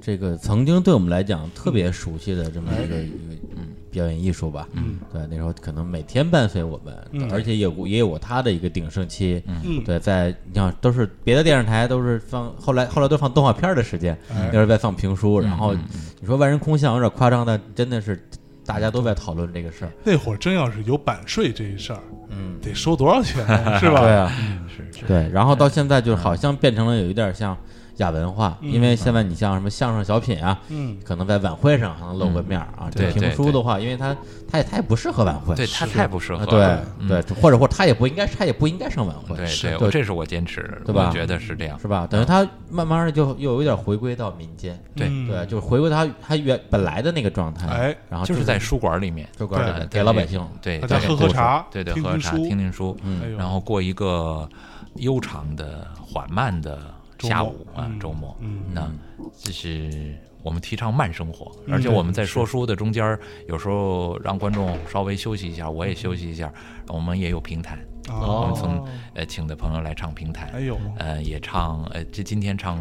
B: 这个曾经对我们来讲特别熟悉的这么一个一个嗯表演艺术吧，嗯，对，那时候可能每天伴随我们，而且也有也有它的一个鼎盛期，
C: 嗯
B: 对，在你像都是别的电视台都是放后来后来都放动画片儿的时间，那时候在放评书，然后你说万人空巷有点夸张，但真的是。大家都在讨论这个事儿。
C: 那会儿真要是有版税这一事儿，
B: 嗯，
C: 得收多少 钱啊是吧？
B: 对啊，
A: 是是
B: 对。然后到现在就好像变成了有一点像亚文化，因为现在你像什么相声、小品啊，
C: 嗯，
B: 可能在晚会上还能露个面儿啊。
A: 嗯对
B: 这评
A: 对
B: 书的话，因为他他也他也不适合晚会，
A: 对他太不适合
B: 啊
A: 了，嗯
B: 对对，或者或者他也不应该，他也不应该上晚会，
A: 对
B: 是
A: 对，我这是我坚持的，
B: 对吧
A: 我觉得是这样，
B: 是吧？等于他慢慢的就又有点回归到民间，
A: 对啊
C: 嗯
B: 对，就是回归他他原本来的那个状态，
C: 哎，
B: 然后
A: 就是在书馆里面，
B: 酒馆里
A: 呃
B: 给老百姓，
A: 对，
C: 大家
A: 对
C: 喝喝茶
A: 对对，
C: 听
A: 喝
C: 听
A: 茶，
C: 书
A: 听听书，
C: 哎
A: 嗯
C: 呦
A: 然后过一个悠长的、缓慢的
C: 周末
A: 下午啊，
C: 嗯
A: 周末，
C: 嗯
A: 那这是我们提倡慢生活，而且我们在说书的中间儿，有时候让观众稍微休息一下，我也休息一下，我们也有评弹，我们从呃请的朋友来唱评
C: 哦哎
A: 弹，
C: 呦，
A: 呃也唱呃这今天唱，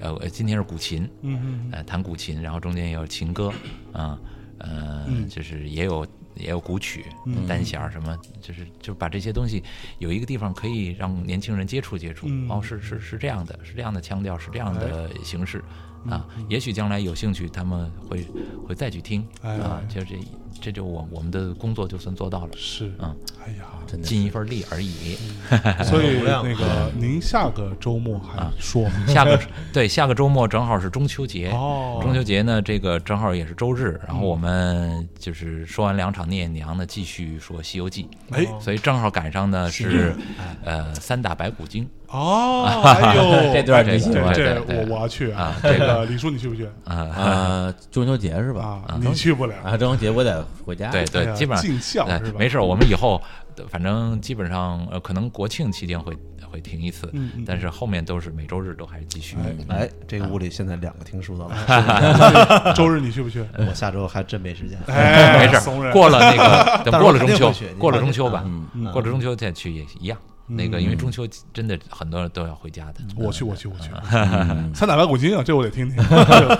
A: 呃呃今天是古琴，
C: 嗯嗯
A: 呃，弹古琴，然后中间也有琴歌，啊、呃，
C: 嗯
A: 就是也有也有古曲、
C: 嗯
A: 单弦儿什么，就是就把这些东西有一个地方可以让年轻人接触接触。
C: 嗯哎
A: 哦，是是是这样的，是这样的腔调，是这样的形式。
C: 嗯
A: 啊，也许将来有兴趣，他们会会再去听
C: 哎
A: 啊，就这这就我我们的工作就算做到了，
C: 是，
A: 嗯，
C: 哎呀，
B: 真的
A: 尽一份力而已。
C: 嗯所以
D: 流量
C: 那
A: 嗯
C: 个您下个周末
A: 啊
C: 还说 吗？
A: 下 个对下个周末正好是中秋节
C: 哦嗯
A: 中秋节呢，这个正好也是周日，然后我们就是说完两场《聂隐娘》呢，继续说《西游记
C: 哎》，
A: 所以正好赶上呢是呃三打白骨精
C: 哦，哎呦，
B: 这段
A: 你喜
C: 这
A: 欢
C: 这
A: 对对
C: 我我要去啊
A: 啊！
C: 这
A: 这
C: 个李叔你去不去
A: 啊，
B: 呃，中秋节是吧？
A: 嗯
C: 啊？你去不了，
B: 啊，中秋节我得回家，
A: 对
C: 哎呀
A: 对，基本上
C: 尽孝
A: 哎
C: 是吧
A: 没事儿，我们以后反正基本上呃可能国庆期间会会停一次
C: 嗯嗯，
A: 但是后面都是每周日都还继续。
D: 哎，这个屋里现在两个听书的了，
C: 周日你去不去？
D: 我下周还真没时间。
C: 哎，
A: 啊嗯没事
C: 怂
A: 儿，
C: 人
A: 过了那个， 等
D: 但是
A: 过
D: 我
A: 了中
D: 肯定
A: 秋
D: 会去，你
A: 过了
D: 放
A: 中
D: 心
A: 秋吧
B: 嗯，
A: 过了中秋再去也一样。那
C: 嗯
A: 个，因为中秋真的很多人都要回家的。
C: 我去，我去，我去！
B: 嗯
C: 三打白骨精啊，这我得听 听。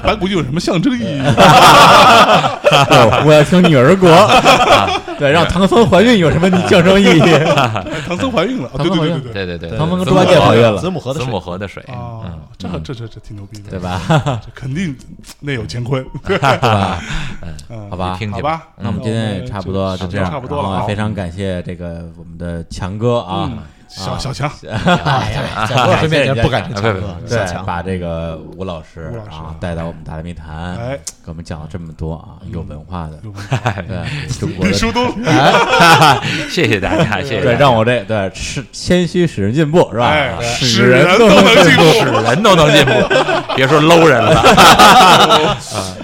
C: 白骨精有什么象征意 义？
B: 对，我要听女儿国，
A: 啊
B: 对，让唐僧怀孕有什么象征意义？
C: 哎唐僧怀孕了，啊对
B: 唐僧怀
C: 对
B: 孕
C: 对对
A: 对对对，
B: 唐僧跟
A: 子
B: 猪八戒
A: 母河
B: 怀孕了
D: 子母河的
A: 子
D: 水
A: 母河的水，嗯，
C: 啊，这这这这挺牛逼的，
B: 对？吧？
C: 这肯定那有乾 坤， 嗯
B: 好吧
A: 听
C: 好
A: 听
C: 吧，
B: 那我们今天也差不多就
C: 嗯就
B: 这样，
C: 差不多了
B: 然
C: 啊
B: 后。非常感谢这个我们的强哥啊，
C: 小小强，
B: 哎 呀，
D: 多少遍人不敢
A: 啊
D: 听
A: 不
D: 强
A: 不
D: 哥，小
B: 对，
D: 强
B: 把这个吴老师
C: 吴老师
B: 啊带到我们大内密谈，
C: 哎
B: 给我们讲了这么多啊，有文化的，对中国
C: 李
B: 的
C: 叔东，
B: 啊
A: 谢谢大家，谢谢大
B: 对，
A: 家。
B: 让我这对是谦虚使人进步是吧？
C: 哎，
B: 使
C: 人
B: 人
C: 都能
B: 进
C: 进
B: 步。
C: 步，
A: 人都能进步， 别说 low 人了。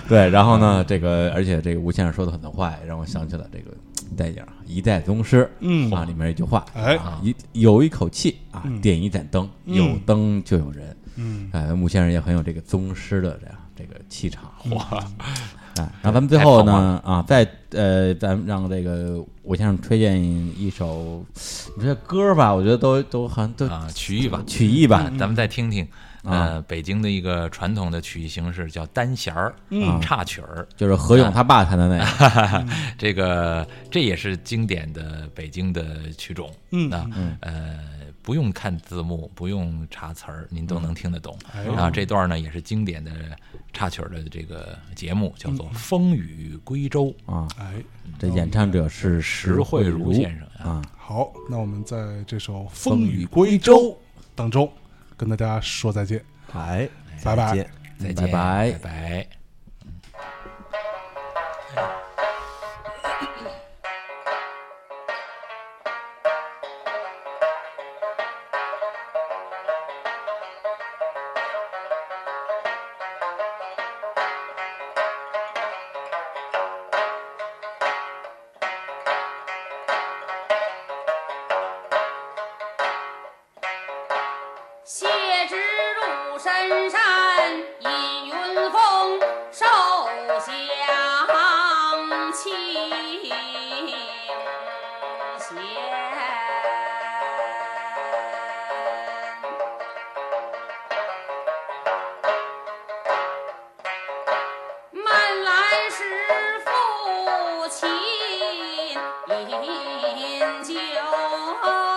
B: 对，然后呢，这个而且这个吴先生说的很多话，也让我想起了这个电影《一代宗师》
C: 嗯
B: 啊，里面一句话，
C: 哎
B: 啊，一有一口气啊，
C: 嗯
B: 点一盏灯，
C: 嗯
B: 有灯就有人。
C: 嗯，
B: 哎，吴先生也很有这个宗师的这样这个气场。哇！ 哎，那咱们最后
A: 太狂
B: 呢啊，再呃，咱们让这个吴先生推荐一首，你说歌吧，我觉得都都好像都
A: 啊，曲艺吧，
B: 曲艺吧
A: 啊，咱们再听听。呃，北京的一个传统的曲艺形式叫单弦儿、插曲儿，
B: 就是何勇他爸弹的那个。
A: 这个这也是经典的北京的曲种。
C: 嗯
A: 那呃，不用看字幕，不用查词儿，您都能听得懂。啊，这段呢也是经典的插曲儿的这个节目，叫做《风雨归舟》。
B: 啊，
C: 哎，
B: 这演唱者是石
A: 石慧
B: 如
A: 如先生啊
B: 啊，
C: 好，那我们在这首《风雨归舟》当中跟大家说再见，
D: 哎，
C: 拜拜
D: 再见
A: 再
B: 拜
A: 见，
B: 拜
A: 拜拜。
G: 谢之入深山引云峰，受降清闲。漫兰石父亲饮酒。
F: 啊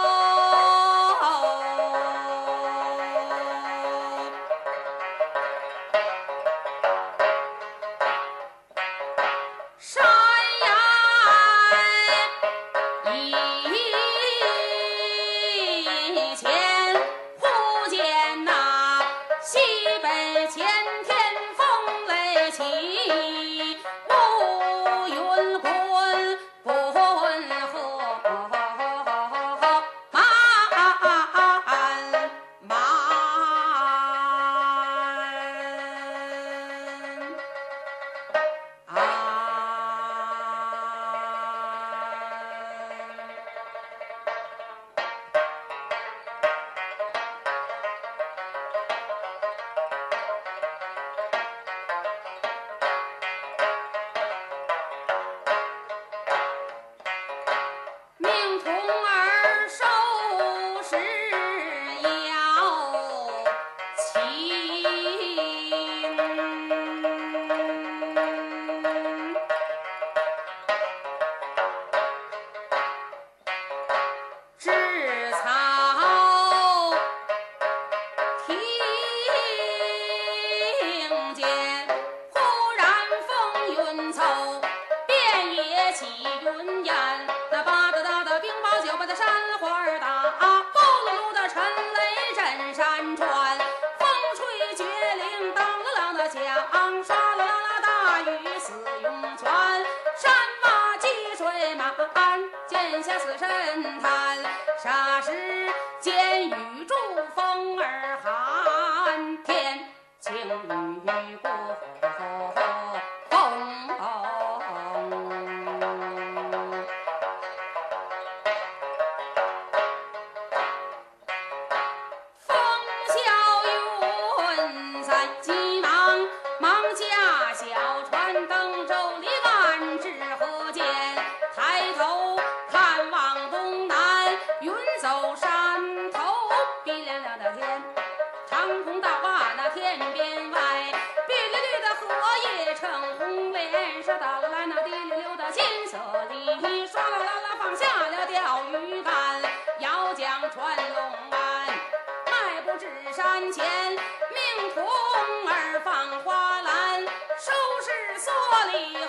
F: 哦里